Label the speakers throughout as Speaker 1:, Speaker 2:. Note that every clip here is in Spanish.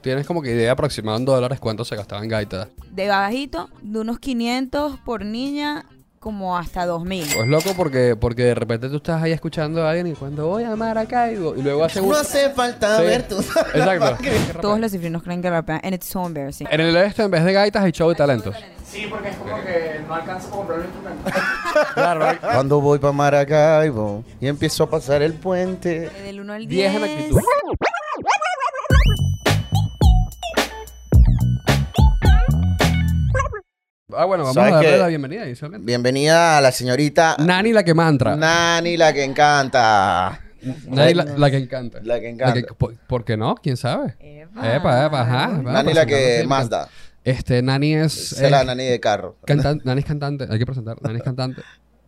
Speaker 1: tienes como que idea aproximada en dólares cuánto se gastaba en gaitas.
Speaker 2: De bajito, de unos 500 por niña, como hasta 2000.
Speaker 1: Es loco porque, porque de repente tú estás ahí escuchando a alguien y cuando voy a Maracaibo y luego hace un...
Speaker 3: No hace falta
Speaker 1: Sí.
Speaker 3: ver tus.
Speaker 1: Exacto.
Speaker 2: Todos los cifrinos creen que rapean, and it's so embarrassing.
Speaker 1: En el este, en vez de gaitas, hay show de talentos.
Speaker 4: Sí, porque es como que no alcanzo a comprar un instrumento.
Speaker 1: Claro, hay
Speaker 3: Cuando voy para Maracaibo y empiezo a pasar el puente.
Speaker 2: Eh, Del 1 al 10.
Speaker 1: 10 en actitud. Ah, bueno, vamos a
Speaker 3: ¿Sabes
Speaker 1: darle
Speaker 3: qué?
Speaker 1: la bienvenida inicialmente.
Speaker 3: Bienvenida a la señorita
Speaker 1: Nani la que mantra.
Speaker 3: Nani, la que encanta.
Speaker 1: Nani la, Ah, la que encanta.
Speaker 3: La que encanta.
Speaker 1: ¿por, por qué no? ¿Quién sabe?
Speaker 2: Epa.
Speaker 1: epa, epa, ajá.
Speaker 3: Nani, la que más da.
Speaker 1: Este, Nani es...
Speaker 3: Esa es la
Speaker 1: es
Speaker 3: Nani de carro.
Speaker 1: cantan- Nani es cantante. Hay que presentar. Nani es cantante.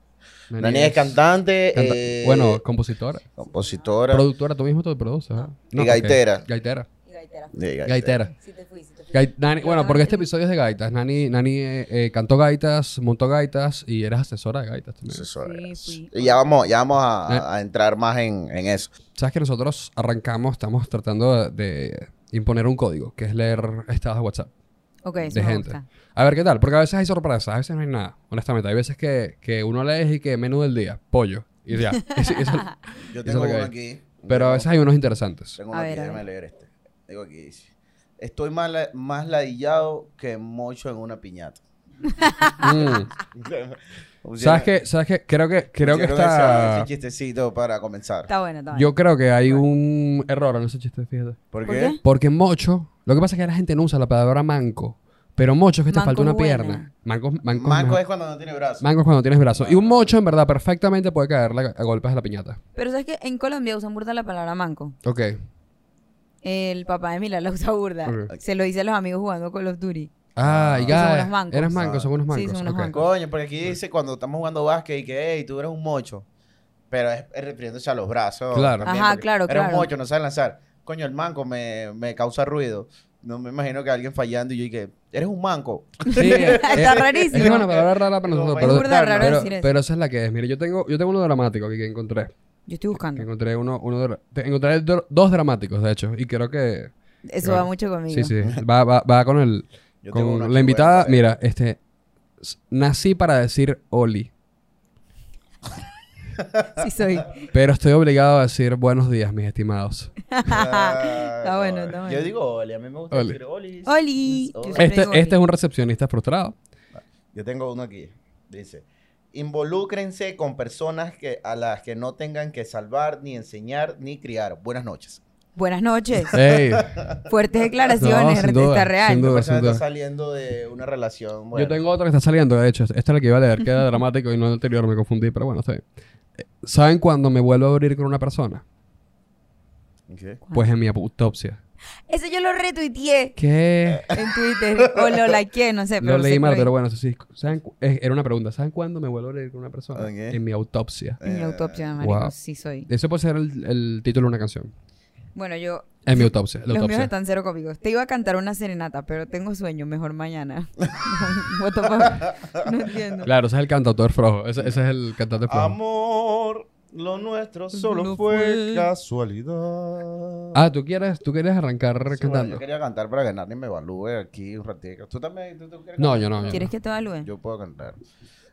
Speaker 3: Nani es cantante,
Speaker 1: canta-
Speaker 3: eh,
Speaker 1: bueno, compositora.
Speaker 3: compositora.
Speaker 1: Productora. Tú mismo te produces. ¿ah?
Speaker 3: Y
Speaker 1: porque-
Speaker 3: gaitera.
Speaker 1: Gaitera.
Speaker 3: Sí,
Speaker 1: Gaitera.
Speaker 2: Si te fui, si te fui.
Speaker 1: Gait- Nani- bueno, porque este episodio es de gaitas. Nani, Nani eh, eh, cantó gaitas, montó gaitas y eres asesora de gaitas también.
Speaker 3: Asesora.
Speaker 2: Sí, fui.
Speaker 3: Y ya vamos, ya vamos
Speaker 1: Eh.
Speaker 3: a, a entrar más en, en eso.
Speaker 1: Sabes que nosotros arrancamos, estamos tratando de, de imponer un código, que es leer estados de WhatsApp
Speaker 2: Ok, eso
Speaker 1: de
Speaker 2: me
Speaker 1: gente.
Speaker 2: gusta.
Speaker 1: A ver qué tal, porque a veces hay sorpresas, a veces no hay nada, honestamente. Hay veces que, que uno lee y que menú del día, pollo, y ya. Eso- eso-
Speaker 3: Yo
Speaker 1: tengo Eso es lo que uno hay.
Speaker 3: aquí.
Speaker 1: pero a veces hay unos interesantes.
Speaker 2: A
Speaker 3: Tengo uno aquí,
Speaker 2: ver, a
Speaker 3: déjame
Speaker 2: ver.
Speaker 3: leer este. Digo aquí, dice. Estoy más, la- más ladillado que mocho en una piñata.
Speaker 1: Mm. ¿Sabes qué? ¿Sabes qué? Creo que, creo que está...
Speaker 3: Ese chistecito para comenzar.
Speaker 2: Está bueno, está bueno.
Speaker 1: Yo creo que hay un error en ese chiste, fíjate.
Speaker 3: ¿Por
Speaker 2: ¿Por
Speaker 3: qué?
Speaker 2: qué?
Speaker 1: Porque mocho, lo que pasa es que la gente no usa la palabra manco, pero mocho es que te
Speaker 2: Manco
Speaker 1: falta una
Speaker 2: es buena.
Speaker 1: pierna. Manco, manco, es
Speaker 3: Manco
Speaker 1: mejor.
Speaker 3: es cuando no tiene brazos.
Speaker 1: Manco es cuando tienes brazo. Y un mocho, en verdad, perfectamente puede caerle a golpes a la piñata.
Speaker 2: Pero sabes que en Colombia usan burda la palabra manco.
Speaker 1: Ok.
Speaker 2: El papá de Mila la usa burda.
Speaker 1: Ok.
Speaker 2: Se lo dice a los amigos jugando Call of Duty.
Speaker 1: Ah,
Speaker 2: Que son
Speaker 1: ya.
Speaker 2: unos mancos.
Speaker 1: Eres manco, son unos
Speaker 2: Sí,
Speaker 1: mancos.
Speaker 2: son unos
Speaker 1: ok.
Speaker 2: mancos.
Speaker 3: Coño, porque aquí dice cuando estamos jugando básquet y que, hey, tú eres un mocho. Pero es, es refiriéndose a los brazos.
Speaker 1: Claro.
Speaker 2: Ajá,
Speaker 3: porque
Speaker 2: claro,
Speaker 3: Eres
Speaker 2: claro.
Speaker 3: un mocho, no sabes lanzar. Coño, el manco me, me causa ruido. No me imagino que alguien fallando y yo y que, eres un manco.
Speaker 1: Sí, eh,
Speaker 2: Está
Speaker 1: eh,
Speaker 2: rarísimo.
Speaker 1: Es una palabra rara para nosotros,
Speaker 3: Como
Speaker 1: pero,
Speaker 2: burda raro
Speaker 1: pero,
Speaker 2: decir eso.
Speaker 1: pero esa es la que es. Mire, yo tengo, yo tengo uno dramático aquí que encontré.
Speaker 2: Yo estoy
Speaker 1: Que
Speaker 2: buscando.
Speaker 1: encontré uno, uno dra- te- encontré do- dos dramáticos, de hecho. Y creo que.
Speaker 2: Eso va
Speaker 1: Claro.
Speaker 2: mucho conmigo.
Speaker 1: Sí, sí. Va, va, va con el.
Speaker 3: Yo tengo eh, uno
Speaker 1: Con
Speaker 3: aquí,
Speaker 1: la invitada,
Speaker 3: bueno,
Speaker 1: mira, este. s- Nací para decir Oli,
Speaker 2: Sí soy.
Speaker 1: pero estoy obligado a decir buenos días, mis estimados.
Speaker 3: Ah,
Speaker 2: Está bueno,
Speaker 3: coño.
Speaker 2: está bueno.
Speaker 3: Yo digo Oli, a mí me gusta
Speaker 1: Oli.
Speaker 3: decir Oli.
Speaker 2: Oli.
Speaker 3: Oli.
Speaker 2: Yo siempre
Speaker 1: Este,
Speaker 2: digo Oli.
Speaker 1: este es un recepcionista frustrado.
Speaker 3: Yo tengo uno aquí. Dice, involúcrense con personas que, a las que no tengan que salvar, ni enseñar, ni criar. Buenas noches.
Speaker 2: Buenas noches.
Speaker 1: Ey,
Speaker 2: Fuertes declaraciones.
Speaker 1: sin duda,
Speaker 2: está
Speaker 1: sin
Speaker 2: real.
Speaker 1: duda.
Speaker 3: Esta persona
Speaker 1: duda.
Speaker 3: está saliendo de una relación.
Speaker 1: Yo tengo otro que está saliendo, de hecho. Esta es la que iba a leer, que era dramático y no el anterior, me confundí, pero bueno, está bien. Eh, ¿Saben cuándo me vuelvo a abrir con una persona?
Speaker 3: ¿Qué?
Speaker 1: Pues en mi autopsia.
Speaker 2: Eso yo lo retuiteé
Speaker 1: ¿Qué?
Speaker 2: en Twitter. o lo likeé, no
Speaker 1: Lo
Speaker 2: sé. Eh, pero sé
Speaker 1: leí
Speaker 2: que
Speaker 1: mal,
Speaker 2: vi.
Speaker 1: pero bueno, eso sí. ¿Saben cu- eh, era una pregunta. ¿Saben cuándo me vuelvo a abrir con una persona?
Speaker 3: Ok.
Speaker 1: En mi autopsia.
Speaker 2: En mi
Speaker 3: Eh,
Speaker 2: autopsia, marico,
Speaker 1: wow.
Speaker 2: sí soy.
Speaker 1: Eso puede ser el, el título de una canción.
Speaker 2: Bueno, yo...
Speaker 1: En mi autopsia. La
Speaker 2: los míos
Speaker 1: autopsia.
Speaker 2: están cero cómicos. Te iba a cantar una serenata, pero tengo sueño. Mejor mañana. Voto pa- No entiendo.
Speaker 1: Claro, ese es el cantautor flojo. Ese, ese es el cantante flojo.
Speaker 3: Amor, lo nuestro solo
Speaker 2: No
Speaker 3: fue,
Speaker 2: fue.
Speaker 3: casualidad.
Speaker 1: Ah, ¿tú quieres, tú quieres arrancar
Speaker 3: Sí, bueno,
Speaker 1: cantando?
Speaker 3: yo quería cantar para ganar ni me evalúe aquí un ratito. ¿Tú también? ¿Tú, tú quieres
Speaker 1: No,
Speaker 3: cantar?
Speaker 1: yo no. yo no.
Speaker 2: ¿Quieres que te evalúe?
Speaker 3: Yo puedo cantar.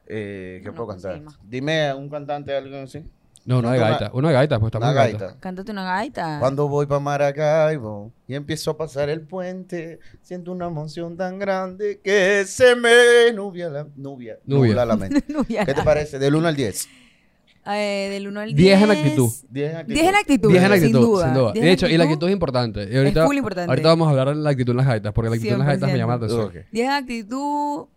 Speaker 3: Eh, ¿Qué
Speaker 2: No
Speaker 3: puedo cantar?
Speaker 2: conseguí más.
Speaker 3: Dime a un cantante algo así.
Speaker 1: No, uno de
Speaker 3: Canta una-
Speaker 1: gaita. Uno de gaita, pues estamos
Speaker 3: Una
Speaker 1: en gaita.
Speaker 3: gaita.
Speaker 2: Cántate una gaita.
Speaker 3: Cuando voy para Maracaibo y empiezo a pasar el puente, siento una emoción tan grande que se me nubia la, nubia,
Speaker 1: Nubia.
Speaker 3: nubla la mente.
Speaker 2: No, ya.
Speaker 3: ¿Qué te parece? Del 1 al 10.
Speaker 2: Eh, del 1 al 10.
Speaker 1: Diez en actitud.
Speaker 3: 10 en actitud.
Speaker 2: 10 en actitud.
Speaker 1: Diez en la
Speaker 2: sin
Speaker 1: actitud,
Speaker 2: duda.
Speaker 1: sin duda.
Speaker 2: Diez
Speaker 1: De
Speaker 2: en
Speaker 1: hecho, y la actitud es importante. Y ahorita,
Speaker 2: full importante.
Speaker 1: ahorita vamos a hablar de la actitud en las gaitas, porque la actitud en las gaitas me llama la atención.
Speaker 3: Ok.
Speaker 2: 10 en actitud.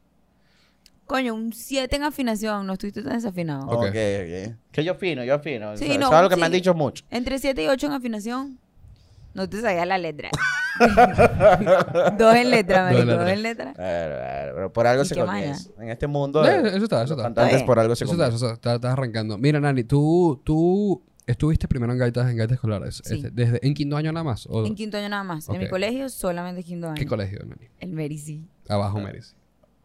Speaker 2: Coño, un 7 en afinación. No estoy tan desafinado.
Speaker 1: Ok.
Speaker 3: Ok, ok. Que yo afino, yo afino.
Speaker 2: Sí,
Speaker 3: Eso-
Speaker 2: no,
Speaker 3: eso es algo que me han
Speaker 2: sí.
Speaker 3: dicho mucho.
Speaker 2: Entre 7 y 8 en afinación. No te sabía la letra. dos en letra,
Speaker 1: Dos en
Speaker 2: marico. Dos
Speaker 1: letra.
Speaker 2: en letra.
Speaker 3: Pero, pero, pero por algo
Speaker 2: ¿Y
Speaker 3: se
Speaker 2: qué
Speaker 3: comienza. En este mundo,
Speaker 1: Eh,
Speaker 3: de-
Speaker 1: Eso está, eso
Speaker 3: los
Speaker 1: está.
Speaker 3: cantantes
Speaker 2: Eh.
Speaker 3: por algo se
Speaker 1: Eso está,
Speaker 3: comienzan.
Speaker 1: eso está, está- estás arrancando. Mira, Nani, tú, tú estuviste primero en gaitas, en gaitas escolares.
Speaker 2: Sí.
Speaker 1: Este, desde, ¿En quinto año nada más?
Speaker 3: Oh.
Speaker 1: ¿O
Speaker 2: En quinto año nada más. En mi
Speaker 1: Ok.
Speaker 2: colegio solamente quinto año.
Speaker 1: ¿Qué colegio, Nani?
Speaker 2: El Merici.
Speaker 1: Abajo, Meris.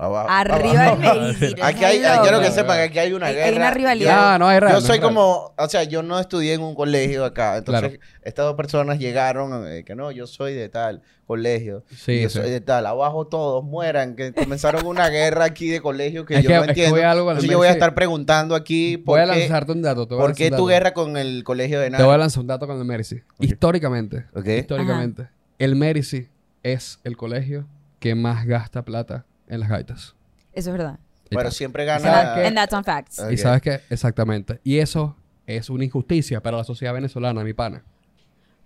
Speaker 3: Abajo.
Speaker 2: Arriba
Speaker 3: abajo.
Speaker 2: el medicina.
Speaker 3: ah, Aquí hay, eh,
Speaker 2: estás
Speaker 3: quiero
Speaker 2: loco.
Speaker 3: que sepan que aquí hay una
Speaker 2: Hay-
Speaker 3: guerra.
Speaker 2: hay una rivalidad.
Speaker 3: Yo-
Speaker 1: Ah, no hay
Speaker 3: Yo
Speaker 1: real, no
Speaker 3: soy
Speaker 1: hay real.
Speaker 3: como, o sea, yo no estudié en un colegio acá. Entonces, estas dos personas llegaron, eh, que no, yo soy de tal colegio.
Speaker 1: Sí,
Speaker 3: yo
Speaker 1: sí.
Speaker 3: soy de tal. Abajo todos mueran. Que comenzaron una guerra aquí de colegio que
Speaker 1: Es
Speaker 3: yo
Speaker 1: que-
Speaker 3: no
Speaker 1: es que
Speaker 3: entiendo.
Speaker 1: voy a algo al
Speaker 3: Entonces, yo voy a
Speaker 1: mes, sí.
Speaker 3: estar preguntando aquí
Speaker 1: Voy
Speaker 3: por
Speaker 1: a
Speaker 3: qué,
Speaker 1: lanzarte un dato. te voy a
Speaker 3: por
Speaker 1: lanzar
Speaker 3: qué
Speaker 1: un
Speaker 3: tu
Speaker 1: dato.
Speaker 3: guerra con el colegio de
Speaker 1: Te voy a
Speaker 3: nada.
Speaker 1: lanzar un dato con el Mercy.
Speaker 3: Ok.
Speaker 1: Históricamente,
Speaker 3: Ok.
Speaker 1: históricamente, el Mercy es el colegio que más gasta plata en las gaitas.
Speaker 2: Eso es verdad.
Speaker 1: Y
Speaker 3: Pero
Speaker 1: tal.
Speaker 3: siempre
Speaker 2: And, that-
Speaker 1: ¿Sabes qué?
Speaker 3: gana.
Speaker 2: and that's on facts.
Speaker 3: Ah.
Speaker 1: Y
Speaker 3: Ok.
Speaker 1: sabes qué, exactamente. Y eso es una injusticia para la sociedad venezolana, mi pana.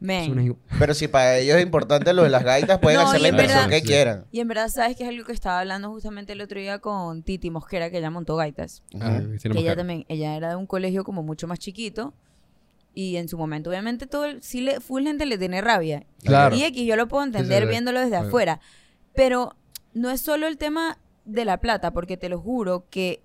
Speaker 1: Es una
Speaker 2: Man.
Speaker 1: inju-
Speaker 3: Pero si para ellos es importante lo de las gaitas, pueden
Speaker 2: No,
Speaker 3: hacer
Speaker 2: y
Speaker 3: la
Speaker 2: en
Speaker 3: inversión
Speaker 2: verdad-
Speaker 3: que
Speaker 1: Sí.
Speaker 3: quieran.
Speaker 2: Y en verdad, ¿sabes que es algo que estaba hablando justamente el otro día con Titi Mosquera, que ella montó gaitas?
Speaker 1: Ah, tiene
Speaker 3: Ujú.
Speaker 2: que ella
Speaker 1: mujer.
Speaker 2: también, ella era de un colegio como mucho más chiquito. Y en su momento, obviamente, todo el, sí le, full gente le tiene rabia.
Speaker 1: Claro.
Speaker 2: Y X, yo lo puedo
Speaker 1: sí,
Speaker 2: entender
Speaker 1: sí.
Speaker 2: viéndolo desde
Speaker 1: Bueno.
Speaker 2: afuera. Pero no es solo el tema de la plata, porque te lo juro que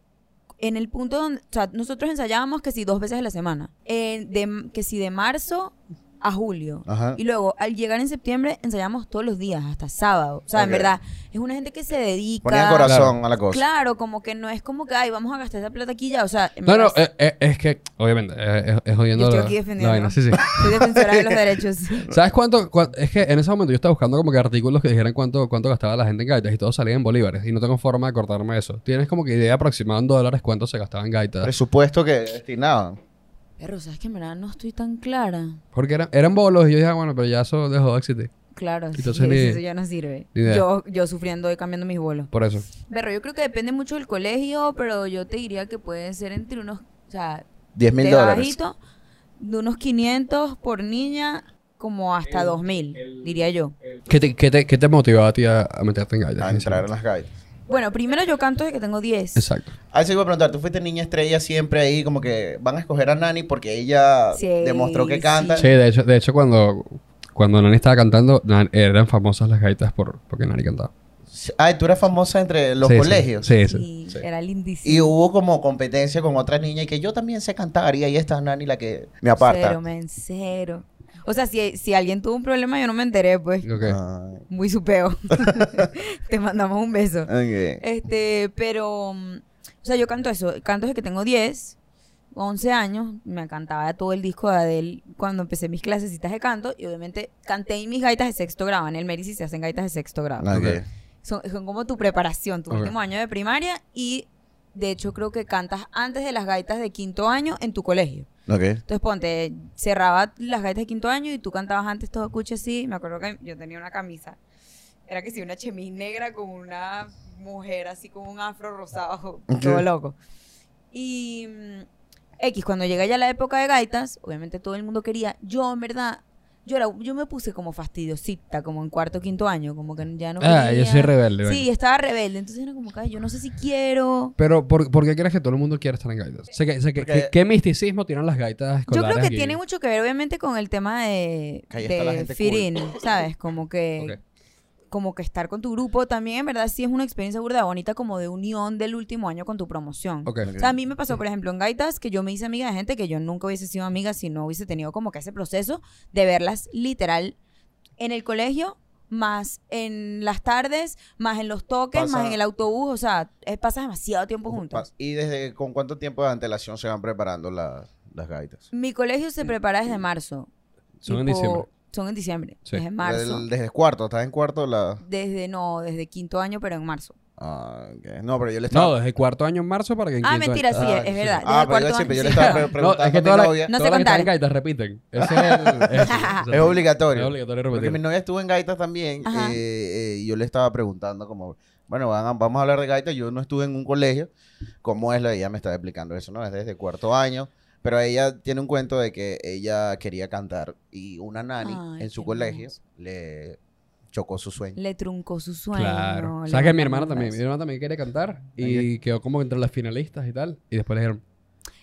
Speaker 2: en el punto donde, o sea, nosotros ensayábamos que si dos veces a la semana, eh, de- que si de marzo a julio.
Speaker 3: Ajá.
Speaker 2: Y luego, al llegar en septiembre, ensayamos todos los días, hasta sábado. O sea, en
Speaker 3: Ok.
Speaker 2: verdad, es una gente que se dedica.
Speaker 3: Ponían corazón a la cosa.
Speaker 2: Claro, como que no es como que, ay, vamos a gastar esa plata aquí ya. O sea, en
Speaker 1: No, no,
Speaker 2: verdad,
Speaker 1: eh, eh, es que, obviamente, eh, es, es jodiendo
Speaker 2: Yo estoy
Speaker 1: la-
Speaker 2: aquí
Speaker 1: la
Speaker 2: defendiendo.
Speaker 1: vaina, sí, sí.
Speaker 2: soy defensora de los derechos.
Speaker 1: ¿Sabes cuánto, cua- Es que en ese momento yo estaba buscando como que artículos que dijeran cuánto, cuánto gastaba la gente en gaitas y todo salía en bolívares. Y no tengo forma de cortarme eso. Tienes como que idea aproximada en dólares cuánto se gastaba en gaitas.
Speaker 3: Presupuesto que destinaban.
Speaker 2: Pero, ¿sabes que en verdad no estoy tan clara?
Speaker 1: Porque eran, eran bolos y yo dije, ah, bueno, pero ya eso dejó de existir.
Speaker 2: Claro, sí,
Speaker 1: Entonces, ni-
Speaker 2: eso ya no sirve.
Speaker 1: ni idea.
Speaker 2: Yo, yo sufriendo y cambiando mis bolos.
Speaker 1: Por eso.
Speaker 2: Pero yo creo que depende mucho del colegio, pero yo te diría que puede ser entre unos, o sea,
Speaker 3: 10 mil
Speaker 2: de
Speaker 3: dólares.
Speaker 2: bajito, de unos 500 por niña, como hasta 2000, diría yo.
Speaker 1: ¿Qué te, qué te, qué te motivó a ti a, a meterte en gaitas?
Speaker 3: A entrar en las gaitas.
Speaker 2: Bueno, primero yo canto desde que tengo 10.
Speaker 1: Exacto.
Speaker 3: Ah, eso iba a preguntar, tú fuiste niña estrella siempre ahí, como que van a escoger a Nani porque ella
Speaker 2: Sí,
Speaker 3: demostró que canta.
Speaker 1: Sí, de hecho, de hecho cuando, cuando Nani estaba cantando, Nan- eran famosas las gaitas por, porque Nani cantaba.
Speaker 3: Ay, Ah, tú eras famosa entre los
Speaker 1: Sí, sí,
Speaker 3: colegios.
Speaker 1: Sí, sí.
Speaker 2: Sí,
Speaker 3: Sí.
Speaker 2: era lindísimo.
Speaker 3: Y hubo como competencia con otras niñas y que yo también sé cantar y ahí está Nani la que me aparta.
Speaker 2: Cero, men, cero. O sea, si, si alguien tuvo un problema, yo no me enteré, pues.
Speaker 1: Ok.
Speaker 3: Ay,
Speaker 2: Muy supeo. te mandamos un beso.
Speaker 3: ok.
Speaker 2: Este, pero, mm, o sea, yo canto eso, canto desde que tengo 10, 11 años, me cantaba todo el disco de Adele cuando empecé mis clasecitas de canto y obviamente canté en mis gaitas de sexto grado, en el Merici se hacen gaitas de sexto grado.
Speaker 3: Ok.
Speaker 1: Ok.
Speaker 2: Son, son como tu preparación, tu
Speaker 1: Ok.
Speaker 2: último año de primaria y de hecho creo que cantas antes de las gaitas de quinto año en tu colegio.
Speaker 3: Ok.
Speaker 2: Entonces, ponte, cerraba las gaitas de quinto año y tú cantabas antes todo cuche así. Me acuerdo que yo tenía una camisa. Era que sí, una chemis negra con una mujer así con un afro rosado.
Speaker 3: Ok.
Speaker 2: Todo loco. Y mm, X, cuando llega ya la época de gaitas, obviamente todo el mundo quería. Yo, en verdad, yo, era- yo me puse como fastidiosita, como en cuarto quinto año, como que ya no
Speaker 1: Ah, yo
Speaker 2: quería.
Speaker 1: soy rebelde. venga.
Speaker 2: Sí, estaba rebelde. Entonces era como que "Ay, yo no sé si quiero.
Speaker 1: Pero, ¿por, por qué crees que todo el mundo quiere estar en gaitas? O sea, que- o sea, que-
Speaker 3: Porque-
Speaker 1: que- ¿Qué misticismo tienen las gaitas
Speaker 2: Yo creo
Speaker 1: escolares
Speaker 2: que
Speaker 1: aquí?
Speaker 2: tiene mucho que ver, obviamente, con el tema de,
Speaker 3: Que ahí está la
Speaker 2: de
Speaker 3: gente
Speaker 2: fit
Speaker 3: cool.
Speaker 2: in, ¿sabes? Como que,
Speaker 1: Ok.
Speaker 2: como que estar con tu grupo también, en verdad, sí es una experiencia burda bonita como de unión del último año con tu promoción.
Speaker 1: Ok.
Speaker 2: O sea, a mí me pasó, por ejemplo, en Gaitas, que yo me hice amiga de gente que yo nunca hubiese sido amiga si no hubiese tenido como que ese proceso de verlas literal en el colegio, más en las tardes, más en los toques,
Speaker 3: Pasa-
Speaker 2: más en el autobús. O sea, eh, pasas demasiado tiempo juntos.
Speaker 3: ¿Y desde con cuánto tiempo de antelación se van preparando las, las gaitas?
Speaker 2: Mi colegio se prepara desde marzo.
Speaker 1: Son en
Speaker 2: Tipo,
Speaker 1: diciembre.
Speaker 2: Son en diciembre.
Speaker 1: Sí.
Speaker 2: Desde marzo.
Speaker 3: Del- desde cuarto, ¿estás en cuarto? La...
Speaker 2: Desde, no, desde quinto año, pero en marzo.
Speaker 3: Ah, ok. No, pero yo le estaba...
Speaker 1: No, desde cuarto año en marzo para que en
Speaker 2: Ah,
Speaker 1: quinto
Speaker 2: mentira, sí,
Speaker 1: año-
Speaker 2: es, es verdad.
Speaker 3: Ah,
Speaker 2: desde
Speaker 3: pero
Speaker 2: cuarto
Speaker 3: yo, siempre, yo
Speaker 2: año.
Speaker 3: le
Speaker 2: sí,
Speaker 3: estaba
Speaker 2: es
Speaker 3: pre-
Speaker 2: verdad.
Speaker 1: No,
Speaker 3: preguntando
Speaker 1: es que
Speaker 3: a mi
Speaker 1: todas las-
Speaker 3: novia.
Speaker 2: No sé
Speaker 1: todas las que están
Speaker 2: contar.
Speaker 1: en gaitas repiten. Ese es el- eso, exacto.
Speaker 3: Es obligatorio.
Speaker 1: Es obligatorio
Speaker 3: Porque mi
Speaker 1: repetir.
Speaker 3: novia estuvo en gaitas también
Speaker 2: Ajá.
Speaker 3: eh, eh, y yo le estaba preguntando como, bueno, van a- vamos a hablar de gaitas, yo no estuve en un colegio, ¿cómo es la Ella me estaba explicando eso, ¿no? Es desde cuarto año, pero ella tiene un cuento de que ella quería cantar y una nani
Speaker 2: Ay,
Speaker 3: en su
Speaker 2: qué
Speaker 3: colegio
Speaker 2: hermoso.
Speaker 3: le chocó su sueño.
Speaker 2: Le truncó su sueño.
Speaker 1: Claro.
Speaker 2: le
Speaker 1: ¿Sabes que mi
Speaker 2: mandaron
Speaker 1: hermana
Speaker 2: un
Speaker 1: también? Mi
Speaker 2: beso.
Speaker 1: hermana también quería cantar y
Speaker 3: Ahí
Speaker 1: quedó como entre las finalistas y tal. Y después le dijeron,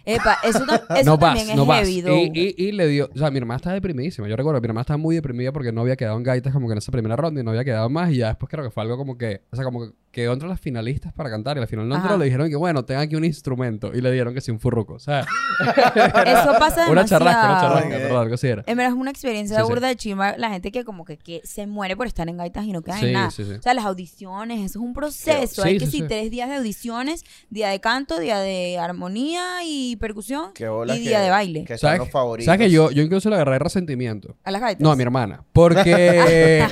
Speaker 2: Epa, eso, tam- eso
Speaker 1: no
Speaker 2: también
Speaker 1: vas,
Speaker 2: es
Speaker 1: no vas.
Speaker 2: heavy,
Speaker 1: Y,
Speaker 2: though.
Speaker 1: y, y le dio, o sea, mi hermana estaba deprimidísima. Yo recuerdo, mi hermana estaba muy deprimida porque no había quedado en gaitas como que en esa primera ronda y no había quedado más. Y ya después creo que fue algo como que, o sea, como que, quedó entre las finalistas para cantar y al final no
Speaker 2: Ajá.
Speaker 1: entró, le dijeron que bueno, tenga aquí un instrumento y le dieron que sí un furruco, o sea,
Speaker 2: Eso pasa demasiado.
Speaker 1: una charrasca, una charrasca,
Speaker 3: Ok.
Speaker 1: perdón, algo así era.
Speaker 2: En verdad es una experiencia
Speaker 1: Sí, sí.
Speaker 2: burda de chimba. La gente que como que, que se muere por estar en gaitas y no queda
Speaker 1: Sí,
Speaker 2: en nada.
Speaker 1: sí, sí.
Speaker 2: O sea, las audiciones, eso es un proceso.
Speaker 1: Sí,
Speaker 2: Hay que
Speaker 1: sí,
Speaker 2: si
Speaker 1: sí.
Speaker 2: tres días de audiciones, día de canto, día de armonía y percusión
Speaker 3: Qué bolas
Speaker 2: y día
Speaker 3: que-
Speaker 2: de baile.
Speaker 3: Que son
Speaker 1: ¿Sabes,
Speaker 3: los favoritos.
Speaker 1: ¿Sabes que yo, yo incluso le agarré resentimiento?
Speaker 2: A las gaitas.
Speaker 1: No, a mi hermana, porque,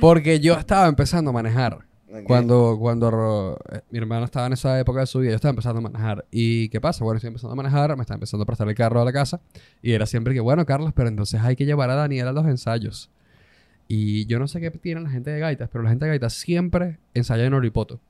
Speaker 1: porque yo estaba empezando a manejar.
Speaker 3: Ok.
Speaker 1: Cuando, cuando ro- eh, mi hermano estaba en esa época de su vida, yo estaba empezando a manejar. ¿Y qué pasa? Bueno, estoy empezando a manejar, me está empezando a prestar el carro a la casa. Y era siempre que, bueno, Carlos, pero entonces hay que llevar a Daniel a los ensayos. Y yo no sé qué tienen la gente de gaitas, pero la gente de gaitas siempre ensaya en Oripoto.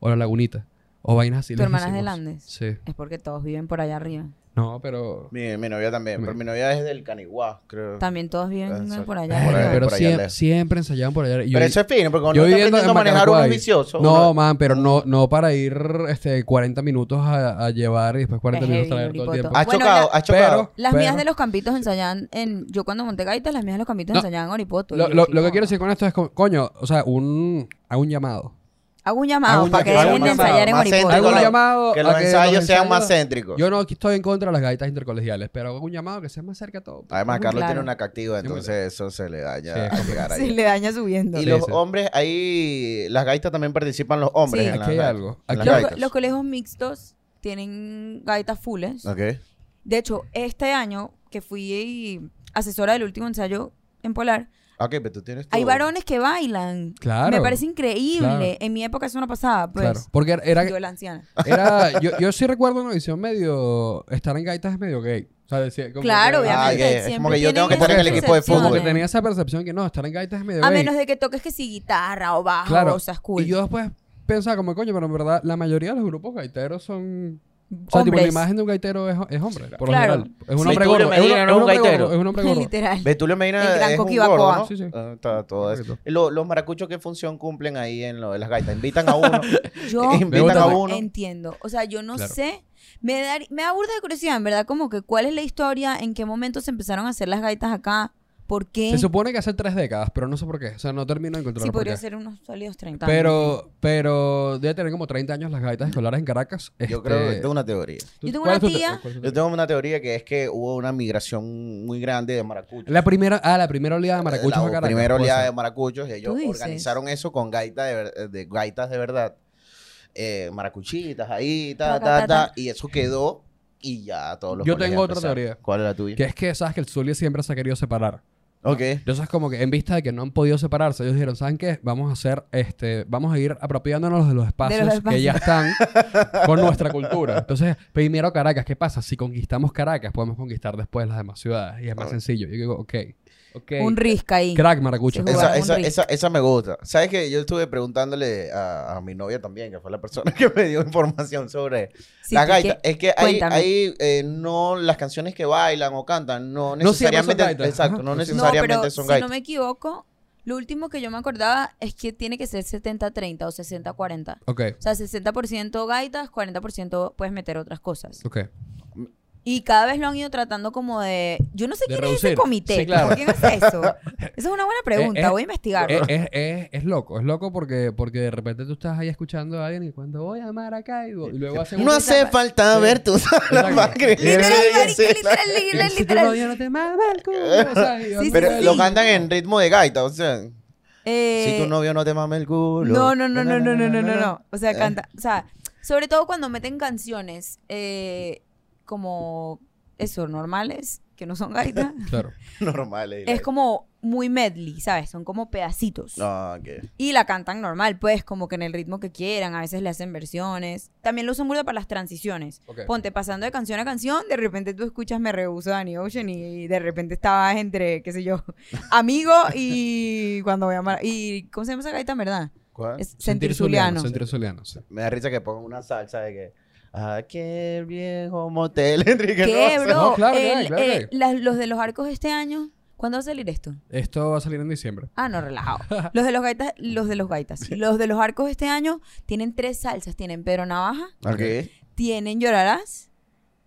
Speaker 1: O la Lagunita. O vainas así.
Speaker 2: ¿Tu hermana es de
Speaker 1: lejísimos. Sí.
Speaker 2: Es porque todos viven por allá arriba.
Speaker 1: No, pero...
Speaker 3: Mi, mi novia también, pero
Speaker 1: Mi-
Speaker 3: mi novia es del Caniguá,
Speaker 1: Ah.
Speaker 3: creo.
Speaker 2: También todos viven
Speaker 3: Eso.
Speaker 2: por allá
Speaker 3: Por
Speaker 2: arriba.
Speaker 3: allá,
Speaker 1: pero
Speaker 3: por allá
Speaker 1: siem-
Speaker 3: lejos.
Speaker 1: siempre ensayaban por allá. Y yo-
Speaker 3: pero eso es fino, porque cuando
Speaker 1: yo
Speaker 3: uno está
Speaker 1: viviendo en
Speaker 3: aprendiendo a manejar uno es
Speaker 1: Macaracuay.
Speaker 3: vicioso.
Speaker 1: No,
Speaker 3: uno-
Speaker 1: man, pero no, no para ir este, 40 minutos a, a llevar y después 40
Speaker 2: Es
Speaker 1: minutos
Speaker 2: heavy,
Speaker 1: traer todo el
Speaker 2: Oripoto.
Speaker 1: tiempo.
Speaker 3: ha
Speaker 2: Bueno,
Speaker 3: chocado,
Speaker 2: la-
Speaker 3: ha chocado.
Speaker 1: Pero-
Speaker 2: Las mías de los campitos ensayaban en... Yo cuando monté gaitas, las mías de los campitos
Speaker 1: No.
Speaker 2: ensayaban en Oripoto. y
Speaker 1: Lo,
Speaker 2: yo,
Speaker 1: lo-
Speaker 2: sí,
Speaker 1: lo que
Speaker 2: no,
Speaker 1: quiero
Speaker 2: no.
Speaker 1: decir con esto es, co- coño, o sea, un, a un llamado.
Speaker 2: Hago un llamado
Speaker 3: Hago un
Speaker 2: para que
Speaker 3: llamado,
Speaker 2: dejen de
Speaker 3: hago un llamado,
Speaker 2: ensayar en
Speaker 3: más
Speaker 2: Oripoto.
Speaker 3: gente
Speaker 1: Hago un
Speaker 3: con la-
Speaker 1: llamado
Speaker 3: que
Speaker 1: a
Speaker 3: los
Speaker 1: que
Speaker 3: ensayos
Speaker 1: los
Speaker 3: sean más
Speaker 1: ensayos-
Speaker 3: céntricos.
Speaker 1: Yo no aquí estoy en contra de las gaitas intercolegiales, pero hago un llamado que sea más cerca a todo.
Speaker 3: Además, Carlos
Speaker 2: Claro.
Speaker 3: tiene una cactiva,
Speaker 1: Sí, muy
Speaker 3: entonces eso se le daña
Speaker 1: Sí, es
Speaker 3: a llegar
Speaker 2: Sí,
Speaker 3: ahí.
Speaker 2: le daña subiendo.
Speaker 3: Y
Speaker 1: Sí,
Speaker 3: los
Speaker 1: sí.
Speaker 3: hombres, ahí las gaitas también participan los hombres.
Speaker 2: Sí.
Speaker 3: en las
Speaker 1: Aquí hay
Speaker 3: gaitas.
Speaker 1: algo. Aquí
Speaker 3: En las
Speaker 1: hay-
Speaker 2: Los,
Speaker 3: gaitas.
Speaker 2: los colegios mixtos tienen gaitas fules.
Speaker 3: Ok.
Speaker 2: De hecho, este año que fui asesora del último ensayo en Polar,
Speaker 3: Ok, pero tú tienes.
Speaker 2: hay
Speaker 3: tu-
Speaker 2: varones que bailan.
Speaker 1: Claro.
Speaker 2: Me parece increíble.
Speaker 1: Claro.
Speaker 2: En mi época eso no pasaba, pues.
Speaker 1: Claro, porque era, era-
Speaker 2: Yo la anciana.
Speaker 1: era- yo, yo sí recuerdo una visión medio, estar en gaitas es medio gay. O sea, decía, como
Speaker 2: Claro,
Speaker 1: que-
Speaker 3: Ah,
Speaker 2: obviamente.
Speaker 3: que es
Speaker 2: siempre
Speaker 3: como que yo
Speaker 2: tienen
Speaker 3: tengo que estar en el
Speaker 2: esas
Speaker 3: equipo de fútbol.
Speaker 1: Como que
Speaker 2: excepciones.
Speaker 1: tenía esa percepción que no, estar en gaitas es medio
Speaker 2: A
Speaker 1: gay.
Speaker 2: menos de que toques que si guitarra o bajo
Speaker 1: Claro.
Speaker 2: o sea, es cool.
Speaker 1: Y yo después pensaba como, coño, pero en verdad la mayoría de los grupos gaiteros son... O sea, tipo,
Speaker 2: Hombres.
Speaker 1: la imagen de un gaitero es, es hombre, por lo
Speaker 2: Claro.
Speaker 1: general. Es un
Speaker 3: Sí,
Speaker 1: hombre
Speaker 3: Tulio
Speaker 1: gordo. Es un, es
Speaker 3: Medina no
Speaker 1: un
Speaker 3: un
Speaker 1: hombre
Speaker 3: gaitero.
Speaker 1: gordo. Es un hombre gordo.
Speaker 2: Literal.
Speaker 3: Betulio Medina
Speaker 2: El gran
Speaker 3: es un
Speaker 2: Coqui
Speaker 3: gordo,
Speaker 2: Balboa.
Speaker 3: ¿no?
Speaker 1: Sí, sí.
Speaker 3: Ah, está todo eso.
Speaker 1: Correcto.
Speaker 3: Y lo- los maracuchos, ¿qué función cumplen ahí en lo de las gaitas? Invitan a uno.
Speaker 2: Yo
Speaker 3: invitan a
Speaker 1: Me
Speaker 3: uno.
Speaker 2: Entiendo. O sea, yo no
Speaker 1: Claro.
Speaker 2: sé. Me da, me da burda de curiosidad, en verdad, como que cuál es la historia, en qué momento se empezaron a hacer las gaitas acá, por qué.
Speaker 1: Se supone que hace tres décadas, pero no sé por qué. O sea, no termino de encontrar
Speaker 2: sí,
Speaker 1: por
Speaker 2: podría
Speaker 1: qué.
Speaker 2: ser unos sólidos 30 años.
Speaker 1: Pero, pero debe tener como 30 años las gaitas escolares en Caracas.
Speaker 3: Yo
Speaker 1: Este,
Speaker 3: creo que tengo una teoría.
Speaker 1: ¿tú-
Speaker 2: Yo tengo
Speaker 1: cuál
Speaker 2: una
Speaker 1: es tu te- cuál
Speaker 2: tía-
Speaker 1: es tu
Speaker 3: Yo
Speaker 1: teoría?
Speaker 3: tengo una teoría que es que hubo una migración muy grande de maracuchos.
Speaker 1: La primera, ah, la primera oleada de maracuchos a
Speaker 3: la
Speaker 1: Caracas.
Speaker 3: primera
Speaker 1: puede
Speaker 3: oleada
Speaker 1: ser.
Speaker 3: de maracuchos y ellos
Speaker 2: ¿Tú dices?
Speaker 3: organizaron eso con gaita de ver- de gaitas de verdad eh, maracuchitas ahí ta
Speaker 2: Ta,
Speaker 3: ta ta,
Speaker 2: ta, ta.
Speaker 3: y eso quedó y ya todos los
Speaker 1: Yo
Speaker 3: colegios
Speaker 1: tengo otra
Speaker 3: empezaron.
Speaker 1: teoría.
Speaker 3: ¿cuál es la tuya?
Speaker 1: Que es que, sabes que el Zulia siempre se ha querido separar.
Speaker 3: ok
Speaker 1: Entonces, como que en vista de que no han podido separarse, ellos dijeron, ¿saben qué? Vamos a hacer, este, vamos a ir apropiándonos de los espacios, que
Speaker 2: espacios.
Speaker 1: ya están con nuestra cultura. Entonces, primero Caracas, ¿qué pasa? Si conquistamos Caracas, podemos conquistar después las demás ciudades. Y es más
Speaker 3: Ah.
Speaker 1: sencillo. Yo digo, ok, ok.
Speaker 2: Un risca ahí.
Speaker 1: Crack, maracucho.
Speaker 2: Sí,
Speaker 3: esa,
Speaker 2: jugaron
Speaker 3: esa,
Speaker 2: un ritmo.
Speaker 3: esa, esa me gusta. ¿Sabes que Yo estuve preguntándole a, a mi novia también, que fue la persona que me dio información sobre
Speaker 2: Sí,
Speaker 3: las
Speaker 2: que-
Speaker 3: gaitas.
Speaker 2: que-
Speaker 3: Es que ahí,
Speaker 2: cuéntame.
Speaker 3: ahí, eh, no las canciones que bailan o cantan, no
Speaker 1: No siempre son
Speaker 3: necesariamente.
Speaker 1: gaitas.
Speaker 3: exacto,
Speaker 1: Ajá.
Speaker 3: no
Speaker 1: No siempre.
Speaker 2: No,
Speaker 3: necesariamente
Speaker 2: pero
Speaker 3: son
Speaker 2: si no
Speaker 3: gaitas.
Speaker 2: me equivoco, lo último que yo me acordaba es que tiene que ser 70-30 o 60-40.
Speaker 1: Ok,
Speaker 2: O sea, 60% gaitas, 40% puedes meter otras cosas.
Speaker 1: ok.
Speaker 2: Y cada vez lo han ido tratando como de. Yo no sé
Speaker 1: De
Speaker 2: quién es
Speaker 1: reducir.
Speaker 2: ese comité.
Speaker 1: Sí, claro.
Speaker 2: ¿Por quién hace eso? Esa es una buena pregunta.
Speaker 1: Eh, eh,
Speaker 2: Voy a investigar.
Speaker 1: Es, es- es- es loco, es loco porque, porque de repente tú estás ahí escuchando a alguien y cuando voy a Maracaibo y luego hacen
Speaker 3: No
Speaker 1: un-
Speaker 3: hace falta
Speaker 1: Sí.
Speaker 3: ver tus almas
Speaker 1: Exacto. Literal,
Speaker 3: creciendo.
Speaker 2: literal,
Speaker 1: Y
Speaker 2: literal,
Speaker 1: si tú
Speaker 2: literal.
Speaker 1: lo odias, no te mames el culo, o sea, y-
Speaker 2: Sí, sí,
Speaker 3: Pero
Speaker 2: sí.
Speaker 3: lo cantan en ritmo de gaita, o sea, si
Speaker 2: Eh,
Speaker 3: tu novio no te mame el culo.
Speaker 2: no, no, no, no, no, no, no, no, no. O sea,
Speaker 3: Eh.
Speaker 2: canta. O sea, sobre todo cuando meten canciones eh, como eso, normales, que no son gaitas.
Speaker 1: Claro.
Speaker 3: Normal. eh,
Speaker 2: es como muy medley, ¿sabes? Son como pedacitos.
Speaker 3: No, que.
Speaker 2: Y la cantan normal, pues, como que en el ritmo que quieran. A veces le hacen versiones. También lo usan burda para las transiciones.
Speaker 1: Ok.
Speaker 2: Ponte pasando de canción a canción, de repente tú escuchas Me Rehuso de Danny Ocean y de repente estabas entre, qué sé yo, amigo y cuando voy a amar. ¿Y cómo se llama esa gaita, en verdad?
Speaker 3: ¿Cuál?
Speaker 2: Es sentir Zuliano.
Speaker 1: Sentir Zuliano, sí.
Speaker 3: Me da risa que pongan una salsa de que. Aquel viejo motel, Enrique.
Speaker 2: ¿Qué,
Speaker 3: Rosa.
Speaker 2: bro?
Speaker 1: No, claro que
Speaker 2: El-
Speaker 1: hay, claro que hay.
Speaker 2: el- la- los de los arcos este año, ¿cuándo va a salir esto?
Speaker 1: Esto va a salir en diciembre.
Speaker 2: Ah, no, relajado. Los de los gaitas, los de los gaitas. Los de los arcos este año tienen tres salsas. Tienen Pedro Navaja,
Speaker 3: Ok.
Speaker 2: tienen Llorarás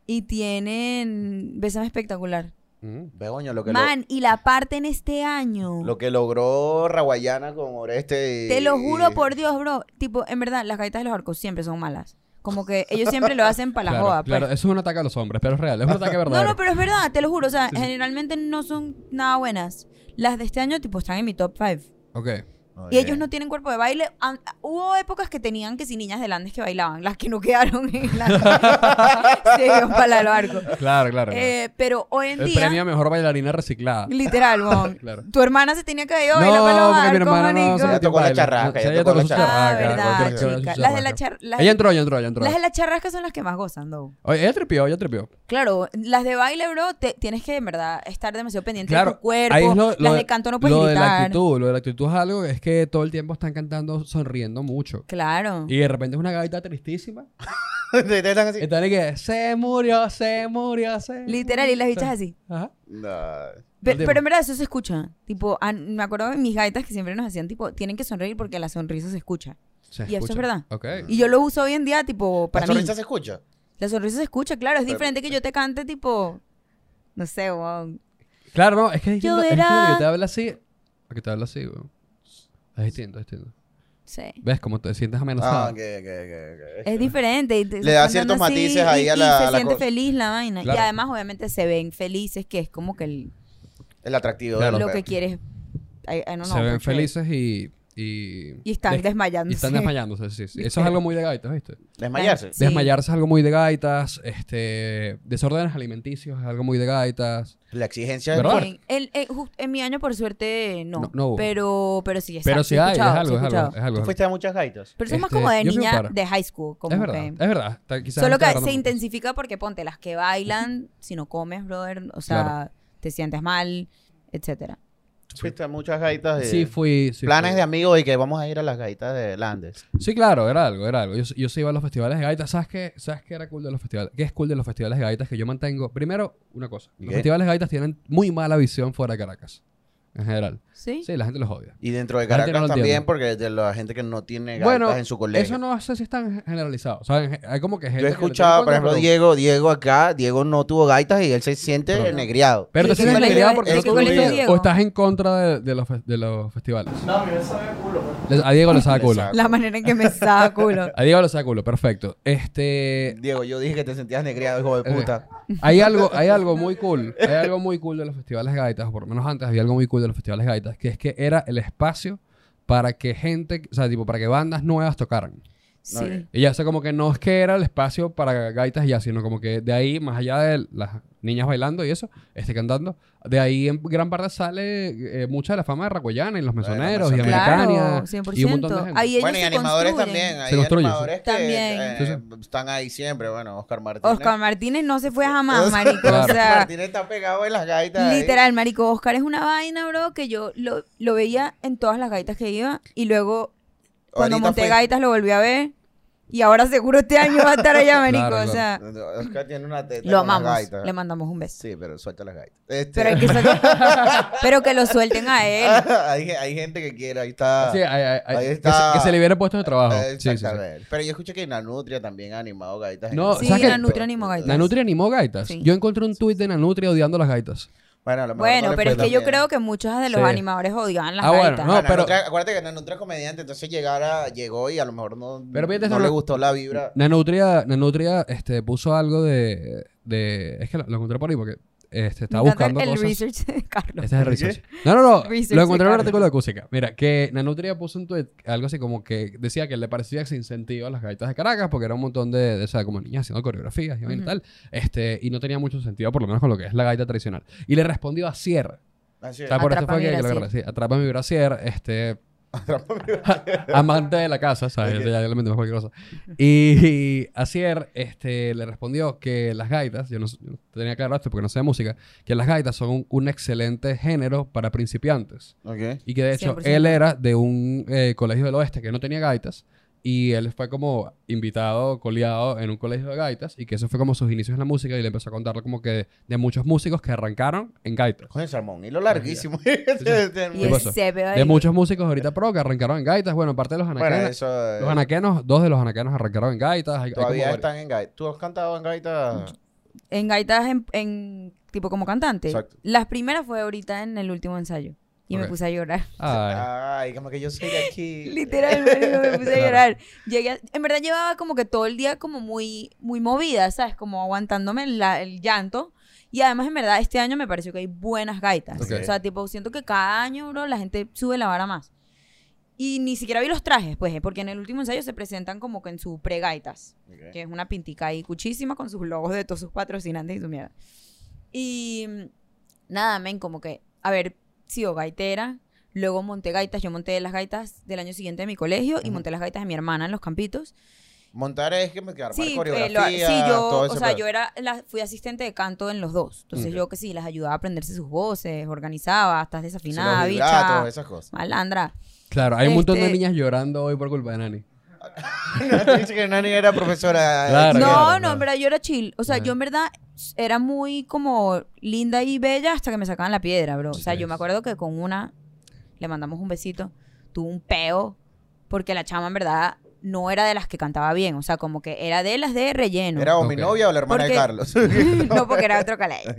Speaker 2: y tienen Bésame Espectacular.
Speaker 1: Mm.
Speaker 3: Begoño, lo que, lo-
Speaker 2: Man, y la parte en este año.
Speaker 3: lo que logró Raguayana con Oreste y-
Speaker 2: Te lo juro
Speaker 1: Eh,
Speaker 3: y-
Speaker 2: por Dios, bro. Tipo, en verdad, las gaitas de los arcos siempre son malas. Como que ellos siempre lo hacen para la
Speaker 1: claro,
Speaker 2: joda.
Speaker 1: claro,
Speaker 2: pues.
Speaker 1: eso es un ataque a los hombres, pero es real, es un ataque
Speaker 2: No,
Speaker 1: verdadero.
Speaker 2: no, pero es verdad, te lo juro. O sea,
Speaker 1: Sí, sí.
Speaker 2: generalmente no son nada buenas. Las de este año, tipo, están en mi top 5.
Speaker 1: Ok.
Speaker 3: Muy
Speaker 2: Y
Speaker 3: bien.
Speaker 2: ellos no tienen cuerpo de baile. An- Hubo épocas que tenían que si niñas del Andes que bailaban, las que no quedaron en la. Se iban para el barco.
Speaker 1: Claro, claro.
Speaker 2: Eh, pero hoy en
Speaker 1: el
Speaker 2: día,
Speaker 1: premio a mejor bailarina reciclada.
Speaker 2: literal, weón,
Speaker 1: Claro.
Speaker 2: tu hermana se tenía que ir a
Speaker 1: No,
Speaker 2: bailar para los
Speaker 1: porque mi
Speaker 2: barcos,
Speaker 1: hermana no.
Speaker 2: marico.
Speaker 1: se metió
Speaker 3: tocó la
Speaker 1: baile.
Speaker 3: charrasca,
Speaker 1: Sí,
Speaker 3: ella
Speaker 1: ella
Speaker 3: tocó
Speaker 1: tocó
Speaker 3: la
Speaker 1: su
Speaker 3: charrasca.
Speaker 2: Ah,
Speaker 1: charrasca.
Speaker 2: verdad,
Speaker 1: tocó su
Speaker 2: chica. Las de
Speaker 1: charrasca.
Speaker 2: la char- las-
Speaker 1: Ella entró, ella entró, ella entró.
Speaker 2: las de la charrasca son las que más gozan, though.
Speaker 1: Oye, ella tripió, ella tripió.
Speaker 2: Claro, las de baile, bro, te- tienes que en verdad estar demasiado pendiente de
Speaker 1: Claro,
Speaker 2: tu cuerpo.
Speaker 1: ahí es lo- lo
Speaker 2: las de
Speaker 1: de-
Speaker 2: canto no puedes
Speaker 1: lo de la
Speaker 2: gritar.
Speaker 1: actitud, lo de la actitud es algo es que todo el tiempo están cantando sonriendo mucho.
Speaker 2: Claro.
Speaker 1: Y de repente es una gaita tristísima.
Speaker 3: Ustedes están así.
Speaker 1: Están ahí que se murió, se murió, se murió".
Speaker 2: Literal, y las bichas así.
Speaker 1: Ajá.
Speaker 3: No.
Speaker 2: Pe-
Speaker 1: Al demo.
Speaker 2: Pero, en verdad eso se escucha. Tipo, an- me acuerdo de mis gaitas que siempre nos hacían, tipo, tienen que sonreír porque la sonrisa se escucha.
Speaker 1: Se
Speaker 2: Y eso es
Speaker 1: escucha.
Speaker 2: verdad.
Speaker 1: Ok.
Speaker 2: Y yo lo uso hoy en día, tipo, para
Speaker 3: ¿La
Speaker 2: mí.
Speaker 3: sonrisa se escucha?
Speaker 2: La sonrisa se escucha, claro. Es
Speaker 3: Pero-
Speaker 2: diferente que yo te cante, tipo, no sé, weón.
Speaker 1: Claro, no, es que es distinto. es distinto
Speaker 2: verá.
Speaker 1: que yo te hablo así. a que te hablo así, weón. Es distinto, es distinto.
Speaker 2: Sí.
Speaker 1: ¿Ves cómo te sientes
Speaker 3: Ah,
Speaker 1: amenazado?
Speaker 3: ok, ok, ok, ok.
Speaker 2: Es diferente. y te-
Speaker 3: Le da
Speaker 2: están
Speaker 3: ciertos
Speaker 2: dando así
Speaker 3: matices ahí
Speaker 2: y-
Speaker 3: a
Speaker 2: y
Speaker 3: la-
Speaker 2: se
Speaker 3: a la
Speaker 2: siente
Speaker 3: cosa.
Speaker 2: feliz la vaina.
Speaker 1: Claro.
Speaker 2: Y además, obviamente, se ven felices, que es como que el-
Speaker 3: El atractivo
Speaker 1: Claro.
Speaker 3: de
Speaker 2: lo
Speaker 3: los
Speaker 2: que
Speaker 3: perros.
Speaker 2: quieres. I- I don't know,
Speaker 1: se ven
Speaker 2: porque-
Speaker 1: felices y. Y,
Speaker 2: Y están
Speaker 1: des-
Speaker 2: desmayándose.
Speaker 1: y están desmayándose, sí, sí. Eso es
Speaker 2: Literal.
Speaker 1: algo muy de gaitas, ¿viste?
Speaker 3: Desmayarse.
Speaker 2: Sí.
Speaker 1: Desmayarse es algo muy de gaitas. Este, desórdenes alimenticios es algo muy de gaitas.
Speaker 3: La exigencia es
Speaker 1: ¿Verdad?
Speaker 3: fuerte.
Speaker 2: En, en- en- just- eh, en mi año, por suerte, no.
Speaker 1: No, no hubo.
Speaker 2: Pero, pero sí,
Speaker 1: Pero
Speaker 2: exacto,
Speaker 1: sí
Speaker 2: he
Speaker 1: hay, es
Speaker 2: escuchado, sí
Speaker 1: algo,
Speaker 2: he
Speaker 1: es
Speaker 2: escuchado.
Speaker 1: algo. Es, algo,
Speaker 3: ¿Tú
Speaker 1: es algo.
Speaker 3: fuiste a muchas gaitas?
Speaker 2: Pero eso es más
Speaker 1: Este,
Speaker 2: como de
Speaker 1: yo fui un
Speaker 2: niña
Speaker 1: par.
Speaker 2: de high school. Como
Speaker 1: Es verdad,
Speaker 2: que-
Speaker 1: es verdad. Está- quizás
Speaker 2: Solo
Speaker 1: está
Speaker 2: que
Speaker 1: agarrando
Speaker 2: se
Speaker 1: un poco.
Speaker 2: intensifica porque ponte las que bailan, si no comes, brother, o sea,
Speaker 1: Claro.
Speaker 2: te sientes mal, etcétera.
Speaker 3: ¿Tú fuiste a muchas gaitas de...
Speaker 1: Sí, fui. sí
Speaker 3: planes
Speaker 1: fui.
Speaker 3: de amigos y que vamos a ir a las gaitas de Landes.
Speaker 1: Sí, claro, era algo, era algo. Yo, yo sí iba a los festivales de gaitas. ¿Sabes qué? ¿Sabes qué era cool de los festivales? ¿Qué es cool de los festivales de gaitas? Que yo mantengo. Primero, una cosa. Los
Speaker 3: ¿Qué?
Speaker 1: festivales de gaitas tienen muy mala visión fuera de Caracas. En general.
Speaker 2: ¿Sí?
Speaker 1: Sí, la gente los odia.
Speaker 3: Y dentro de
Speaker 1: La gente
Speaker 3: Caracas
Speaker 1: no lo
Speaker 3: también,
Speaker 1: entiende.
Speaker 3: porque de la gente que no tiene gaitas
Speaker 1: Bueno,
Speaker 3: en su colegio.
Speaker 1: eso no sé si están generalizados. O sea, en ge- hay como que gente
Speaker 3: Yo he
Speaker 1: que le tiene
Speaker 3: escuchado, por
Speaker 1: cuento,
Speaker 3: ejemplo,
Speaker 1: pero-
Speaker 3: Diego, Diego acá, Diego no tuvo gaitas y él se siente
Speaker 1: Pero-
Speaker 3: negriado.
Speaker 1: Pero
Speaker 2: ¿De
Speaker 1: te
Speaker 2: qué
Speaker 1: sientes
Speaker 2: colegio
Speaker 1: negado
Speaker 2: es-
Speaker 1: porque
Speaker 3: de
Speaker 1: no
Speaker 3: qué
Speaker 1: tuviste-
Speaker 3: colegio es
Speaker 2: Diego?
Speaker 1: o estás en contra de, de los, fe- de los festivales.
Speaker 4: No, a mí me sabe culo. pues.
Speaker 1: Les- a Diego le saca
Speaker 3: Le
Speaker 1: culo.
Speaker 3: saca.
Speaker 2: La manera en que me saca culo.
Speaker 1: A Diego le saca culo, perfecto. Este,
Speaker 3: Diego, yo dije que te sentías negriado, hijo de
Speaker 1: Eh,
Speaker 3: puta.
Speaker 1: hay algo, hay algo muy cool, hay algo muy cool de los festivales gaitas, o por lo menos antes había algo muy cool de los festivales gaitas, que es que era el espacio para que gente, o sea, tipo, para que bandas nuevas tocaran.
Speaker 2: Sí.
Speaker 1: Y ya, o sea, como que no es que era el espacio para gaitas y ya, sino como que de ahí, más allá de las niñas bailando y eso, este cantando, de ahí en gran parte sale eh, mucha de la fama de Racoyana y los mesoneros y
Speaker 3: Mesoneros.
Speaker 1: Americania
Speaker 2: Claro, 100%.
Speaker 1: y un montón de gente.
Speaker 2: Ahí ellos
Speaker 3: Bueno, y
Speaker 2: se
Speaker 3: animadores
Speaker 2: construyen.
Speaker 3: también. Hay
Speaker 1: Se construyen, sí.
Speaker 3: animadores que
Speaker 2: También.
Speaker 3: eh,
Speaker 1: Sí,
Speaker 3: están ahí siempre. Bueno, Oscar Martínez.
Speaker 2: Oscar Martínez no se fue jamás, marico.
Speaker 1: Claro.
Speaker 2: O sea,
Speaker 3: Martínez está pegado en las gaitas. ahí.
Speaker 2: Literal, marico, Oscar es una vaina, bro, que yo lo, lo veía en todas las gaitas que iba y luego cuando
Speaker 3: Ahorita
Speaker 2: monté
Speaker 3: fue-
Speaker 2: gaitas lo volví a ver y ahora seguro este año va a estar allá, marico,
Speaker 1: Claro,
Speaker 2: o
Speaker 1: claro.
Speaker 2: sea,
Speaker 3: Oscar tiene una teta
Speaker 2: lo
Speaker 3: con las
Speaker 2: amamos,
Speaker 3: gaitas.
Speaker 2: le mandamos un beso.
Speaker 3: Sí, pero suelta las gaitas. Este,
Speaker 2: Pero, hay que sacar- pero que lo suelten a él.
Speaker 3: hay, hay gente que quiere, ahí está.
Speaker 1: Sí, hay- hay- hay-
Speaker 3: Ahí
Speaker 1: que se-
Speaker 3: está.
Speaker 1: que se libere puestos de trabajo.
Speaker 3: Eh,
Speaker 1: Sí, sí, sí.
Speaker 3: exactamente. Pero yo escuché que Nanutria también ha animado gaitas.
Speaker 1: No,
Speaker 3: en-
Speaker 1: Sí, ¿sabes qué?
Speaker 2: Nanutria animó gaitas.
Speaker 1: Nanutria animó gaitas.
Speaker 2: Sí.
Speaker 1: Yo encontré un tuit de Nanutria odiando las gaitas.
Speaker 3: Bueno, a lo mejor
Speaker 2: Bueno,
Speaker 3: no le
Speaker 2: pero es
Speaker 3: fue
Speaker 2: que yo
Speaker 3: tan bien.
Speaker 2: creo que muchos de los
Speaker 1: Sí.
Speaker 2: animadores odiaban las
Speaker 1: Ah, bueno,
Speaker 2: gaitas.
Speaker 1: no,
Speaker 3: Bueno,
Speaker 1: pero-
Speaker 3: Nanutria- acuérdate que Nanutria es comediante, entonces llegara, llegó y a lo mejor no,
Speaker 1: Pero fíjate,
Speaker 3: no
Speaker 1: eso
Speaker 3: le
Speaker 1: no-
Speaker 3: gustó la vibra.
Speaker 1: Nanutria, Nanutria este, puso algo de, de- Es que lo, lo encontré por ahí porque este,
Speaker 2: Me
Speaker 1: estaba
Speaker 2: encanta
Speaker 1: buscando
Speaker 2: el
Speaker 1: cosas.
Speaker 2: research de Carlos.
Speaker 1: Este es el research. No, no, no.
Speaker 2: Research
Speaker 1: lo encontré en
Speaker 2: de
Speaker 1: un artículo de Cusica. Mira, que Nanutria puso un tweet, algo así como que decía que le parecía sin sentido a las gaitas de Caracas porque era un montón de, de, o sea, como niñas haciendo coreografías y vaina y
Speaker 2: Ujú.
Speaker 1: tal. Este, y no tenía mucho sentido, por lo menos con lo que es la gaita tradicional. Y le respondió a Sierra.
Speaker 3: Así
Speaker 1: O
Speaker 3: es.
Speaker 1: sea, por esto
Speaker 2: Atrapa
Speaker 1: fue que, que
Speaker 2: mi
Speaker 1: lo
Speaker 2: brasier.
Speaker 1: agarré, sí, atrapa mi brasier, este, amante de la casa, ¿sabes?
Speaker 3: Ok.
Speaker 1: Ya le metemos cualquier cosa. Y Asier este, le respondió que las gaitas, yo no, yo no tenía claro esto porque no sé de música, que las gaitas son un, un excelente género para principiantes.
Speaker 3: Ok.
Speaker 1: Y que de hecho
Speaker 2: 100%.
Speaker 1: él era de un eh, colegio del oeste que no tenía gaitas. Y él fue como invitado, coleado en un colegio de gaitas. Y que eso fue como sus inicios en la música. Y le empezó a contar como que de, de muchos músicos que arrancaron en gaitas.
Speaker 3: Coño, salmón, hilo larguísimo. Este,
Speaker 2: Y
Speaker 1: ¿Qué
Speaker 2: ese
Speaker 1: pasó?
Speaker 2: se pegó ahí.
Speaker 1: De muchos músicos ahorita pro que arrancaron en gaitas. Bueno, aparte de los
Speaker 3: bueno,
Speaker 1: anaqueles.
Speaker 3: eso. eh,
Speaker 1: Los anaquenos, dos de los anaquenos arrancaron en gaitas. hay- hay como
Speaker 3: todavía
Speaker 1: varios.
Speaker 3: están en gaita. ¿Tú has cantado en gaita?
Speaker 2: En gaitas en, en tipo como cantante.
Speaker 3: Exacto.
Speaker 2: Las primeras fue ahorita en el último ensayo. Y me
Speaker 1: Ok.
Speaker 2: puse a llorar.
Speaker 1: Ay.
Speaker 3: Ay, como que yo soy de aquí. eh,
Speaker 2: Literalmente me puse a
Speaker 1: Claro.
Speaker 2: llorar. Llegué a- en verdad llevaba como que todo el día como muy, muy movida, ¿sabes? Como aguantándome la- el llanto. Y además, en verdad, este año me pareció que hay buenas gaitas.
Speaker 1: Ok.
Speaker 2: O sea, tipo, siento que cada año, bro, la gente sube la vara más. Y ni siquiera vi los trajes, pues, eh, porque en el último ensayo se presentan como que en su pre-gaitas
Speaker 3: Ok.
Speaker 2: que es una pintica ahí cuchísima con sus logos de todos sus patrocinantes y su mierda. Y mm, nada, men, como que, a ver, sigo gaitera, luego monté gaitas, yo monté las gaitas del año siguiente de mi colegio y
Speaker 3: Ujú.
Speaker 2: monté las gaitas de mi hermana en los campitos.
Speaker 3: Montar es que me que armar
Speaker 2: Sí, eh, lo-
Speaker 3: coreografía,
Speaker 2: sí, yo,
Speaker 3: todo
Speaker 2: o
Speaker 3: ese
Speaker 2: sea,
Speaker 3: pedo.
Speaker 2: yo era, la- fui asistente de canto en los dos. Entonces
Speaker 3: Ok.
Speaker 2: yo que sí, las ayudaba a aprenderse sus voces, organizaba, estás
Speaker 3: Sí, los
Speaker 2: desafinada, bicha,
Speaker 3: vibratos, esas cosas.
Speaker 2: malandra.
Speaker 1: Claro, hay un montón de
Speaker 2: Este-
Speaker 1: niñas llorando hoy por culpa de Nani.
Speaker 3: no, dice que Nani era profesora.
Speaker 1: Claro,
Speaker 2: no,
Speaker 1: claro,
Speaker 2: no,
Speaker 1: claro.
Speaker 2: en verdad yo era chill. O sea,
Speaker 1: Ajá.
Speaker 2: yo en verdad era muy como linda y bella hasta que me sacaban la piedra, bro. O sea, yo me acuerdo que con una le mandamos un besito, tuvo un peo, porque la chama en verdad no era de las que cantaba bien. O sea, como que era de las de relleno.
Speaker 3: ¿Era o mi
Speaker 1: Ok.
Speaker 3: novia o la hermana de
Speaker 2: Porque-
Speaker 3: Carlos?
Speaker 2: no, porque era otro colegio.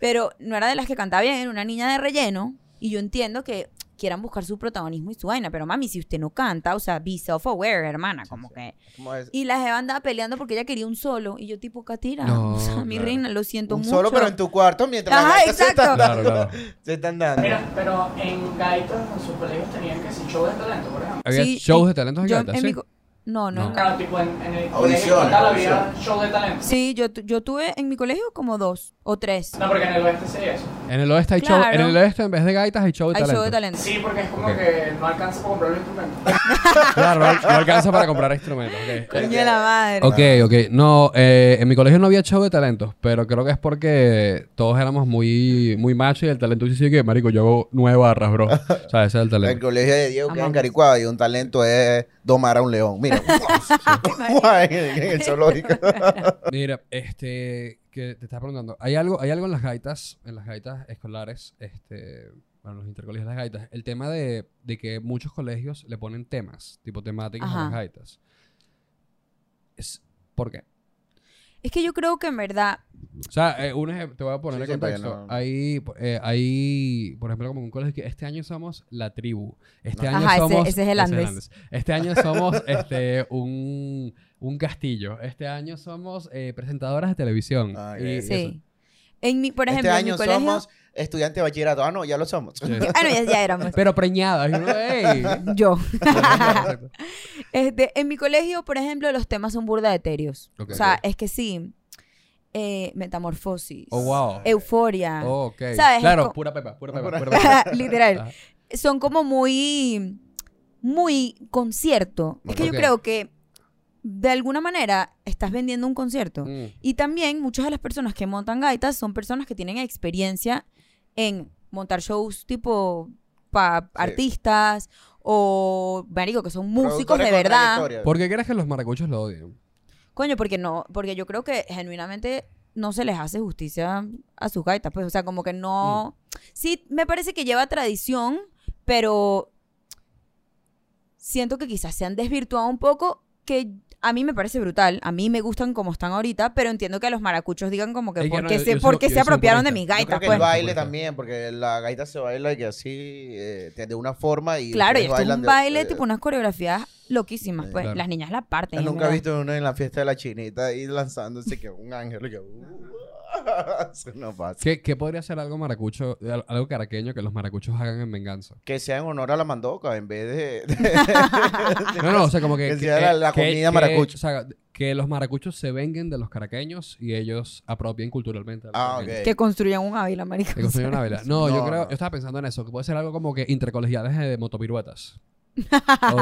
Speaker 2: Pero no era de las que cantaba bien, era una niña de relleno. Y yo entiendo que quieran buscar su protagonismo y su vaina. Pero mami, si usted no canta, o sea, be self-aware, hermana. Como
Speaker 3: sí.
Speaker 2: que
Speaker 3: ¿Cómo es?
Speaker 2: y la jeva andaba peleando porque ella quería un solo. Y yo, tipo, Katira,
Speaker 1: No,
Speaker 2: o sea, mi
Speaker 1: claro.
Speaker 2: reina, lo siento
Speaker 3: Un
Speaker 2: mucho.
Speaker 3: solo, pero en tu cuarto mientras
Speaker 2: Ajá,
Speaker 3: las gaitas se están
Speaker 2: exacto.
Speaker 1: Claro,
Speaker 3: dando.
Speaker 1: claro.
Speaker 3: Se están dando.
Speaker 4: Mira, pero en gaitas en sus colegios tenían que si show de talento, por ejemplo.
Speaker 1: Había
Speaker 2: Sí,
Speaker 1: shows
Speaker 2: y-
Speaker 1: de talentos en
Speaker 2: yo
Speaker 1: gaitas,
Speaker 2: en
Speaker 1: ¿sí?
Speaker 2: mi co- No, no.
Speaker 1: No.
Speaker 2: en
Speaker 4: Claro,
Speaker 2: gaitas.
Speaker 4: tipo en, en el colegio
Speaker 3: Audiciones,
Speaker 4: en tal había show de talento.
Speaker 2: Sí, yo, tu- yo tuve en mi colegio como dos o tres.
Speaker 4: No, porque en el oeste sería eso.
Speaker 1: En el oeste hay show.
Speaker 2: Claro.
Speaker 1: En el oeste, en vez de gaitas, hay show de
Speaker 2: Hay
Speaker 1: talentos.
Speaker 2: show de talento.
Speaker 4: Sí, porque es como
Speaker 1: Ok.
Speaker 4: que no alcanza para comprar los instrumentos.
Speaker 1: Claro, no, no alcanza para comprar instrumentos. ok.
Speaker 2: Coño de la madre.
Speaker 1: Ok, ok. No, eh, en mi colegio no había show de talentos, pero creo que es porque todos éramos muy, muy machos y el talento sí que, marico, yo hago nueve barras, bro. O sea, ese es el
Speaker 3: El
Speaker 1: talento.
Speaker 3: colegio de Diego que es en
Speaker 2: Amamos.
Speaker 3: Caricuado y un talento es domar a un león. Mira, en el- en el zoológico.
Speaker 1: Mira, este, que te estaba preguntando, ¿hay algo, hay algo en las gaitas, en las gaitas escolares, este, bueno, los intercolegios de las gaitas, el tema de, de que muchos colegios le ponen temas, tipo temáticas a las
Speaker 2: Ajá.
Speaker 1: gaitas. Es, ¿Por qué?
Speaker 2: Es que yo creo que en verdad.
Speaker 1: O sea, eh, un ejemplo, te voy a poner
Speaker 3: Sí,
Speaker 1: en
Speaker 3: sí, para que
Speaker 1: contexto.
Speaker 3: no-
Speaker 1: Ahí, eh, ahí, por ejemplo, como un colegio que este año somos la tribu. Este
Speaker 2: No.
Speaker 1: año
Speaker 2: Ajá, ese-
Speaker 1: somos.
Speaker 2: ese es el Andes.
Speaker 1: Este año somos este, un, un castillo. Este año somos eh, presentadoras de televisión.
Speaker 3: Ah,
Speaker 1: Y-
Speaker 3: ok.
Speaker 1: y
Speaker 2: Sí. En mi, por
Speaker 3: Este
Speaker 2: ejemplo, en mi
Speaker 3: año
Speaker 2: colegio.
Speaker 3: somos estudiantes de bachillerato. Ah, no, ya lo somos.
Speaker 1: eso. Sí.
Speaker 2: Ah, no, ya, ya éramos.
Speaker 1: Pero preñadas. y uno, "Ey".
Speaker 2: Yo.
Speaker 1: Exacto.
Speaker 2: Este, en mi colegio, por ejemplo, los temas son burda de etéreos.
Speaker 1: Ok.
Speaker 2: O sea, es que sí. eh, metamorfosis.
Speaker 1: Oh, wow.
Speaker 2: Euforia.
Speaker 1: Oh, ok.
Speaker 2: Eh, ¿Sabes? Es
Speaker 1: Claro,
Speaker 2: co-
Speaker 1: pura pepa, pura pepa, pura pepa.
Speaker 2: Literal.
Speaker 1: Ajá.
Speaker 2: son como muy muy concierto. Es que
Speaker 1: Ok.
Speaker 2: yo creo que de alguna manera estás vendiendo un concierto.
Speaker 1: Mm,
Speaker 2: Y también muchas de las personas que montan gaitas son personas que tienen experiencia en montar shows tipo para artistas o marico que son músicos
Speaker 3: Productores
Speaker 2: de
Speaker 3: con
Speaker 2: verdad.
Speaker 3: trayectoria.
Speaker 1: ¿Por qué crees que los maracuchos lo odian?
Speaker 2: Coño, porque no, porque yo creo que genuinamente no se les hace justicia a sus gaitas, pues, o sea, como que
Speaker 1: Mm.
Speaker 2: no. Sí, me parece que lleva tradición, pero siento que quizás se han desvirtuado un poco, que a mí me parece brutal, a mí me gustan como están ahorita, pero entiendo que los maracuchos digan como que,
Speaker 1: Es que
Speaker 2: ¿por
Speaker 1: no,
Speaker 2: qué
Speaker 1: yo-
Speaker 2: se,
Speaker 1: yo soy-
Speaker 2: por qué
Speaker 1: yo
Speaker 2: se
Speaker 1: soy
Speaker 2: apropiaron de
Speaker 1: purista.
Speaker 2: mis
Speaker 3: Yo creo
Speaker 2: gaitas?
Speaker 3: que
Speaker 2: Pues?
Speaker 3: el baile
Speaker 1: Supuesto.
Speaker 3: también, porque la gaita se baila y que así, eh, te- de una forma y...
Speaker 2: Claro, y
Speaker 3: ustedes
Speaker 2: esto es
Speaker 3: bailan
Speaker 2: un
Speaker 3: de-
Speaker 2: baile,
Speaker 3: eh,
Speaker 2: tipo unas coreografías loquísimas,
Speaker 3: Sí,
Speaker 2: pues,
Speaker 1: eh, claro. Ah,
Speaker 2: las niñas la parten.
Speaker 3: yo
Speaker 2: en
Speaker 3: Nunca he
Speaker 2: verdad.
Speaker 3: visto uno en la fiesta de la chinita y lanzándose que un ángel y que... uh, eso no pasa.
Speaker 1: ¿Qué, qué podría ser algo maracucho, al- algo caraqueño que los maracuchos hagan en venganza?
Speaker 3: Que sea en honor a la mandoca en vez de...
Speaker 1: No, no, o sea, como que...
Speaker 3: Que sea la- la comida maracucha.
Speaker 1: o sea, que los maracuchos se venguen de los caraqueños y ellos apropien culturalmente. a los
Speaker 3: ah,
Speaker 1: caraqueños.
Speaker 3: ok.
Speaker 2: Que construyan un ávila, marico.
Speaker 1: eh, Que construyan una vela. No, yo
Speaker 3: No,
Speaker 1: creo...
Speaker 3: no.
Speaker 1: Yo estaba pensando en eso. Que puede ser algo como que intercolegiales de motopiruetas. o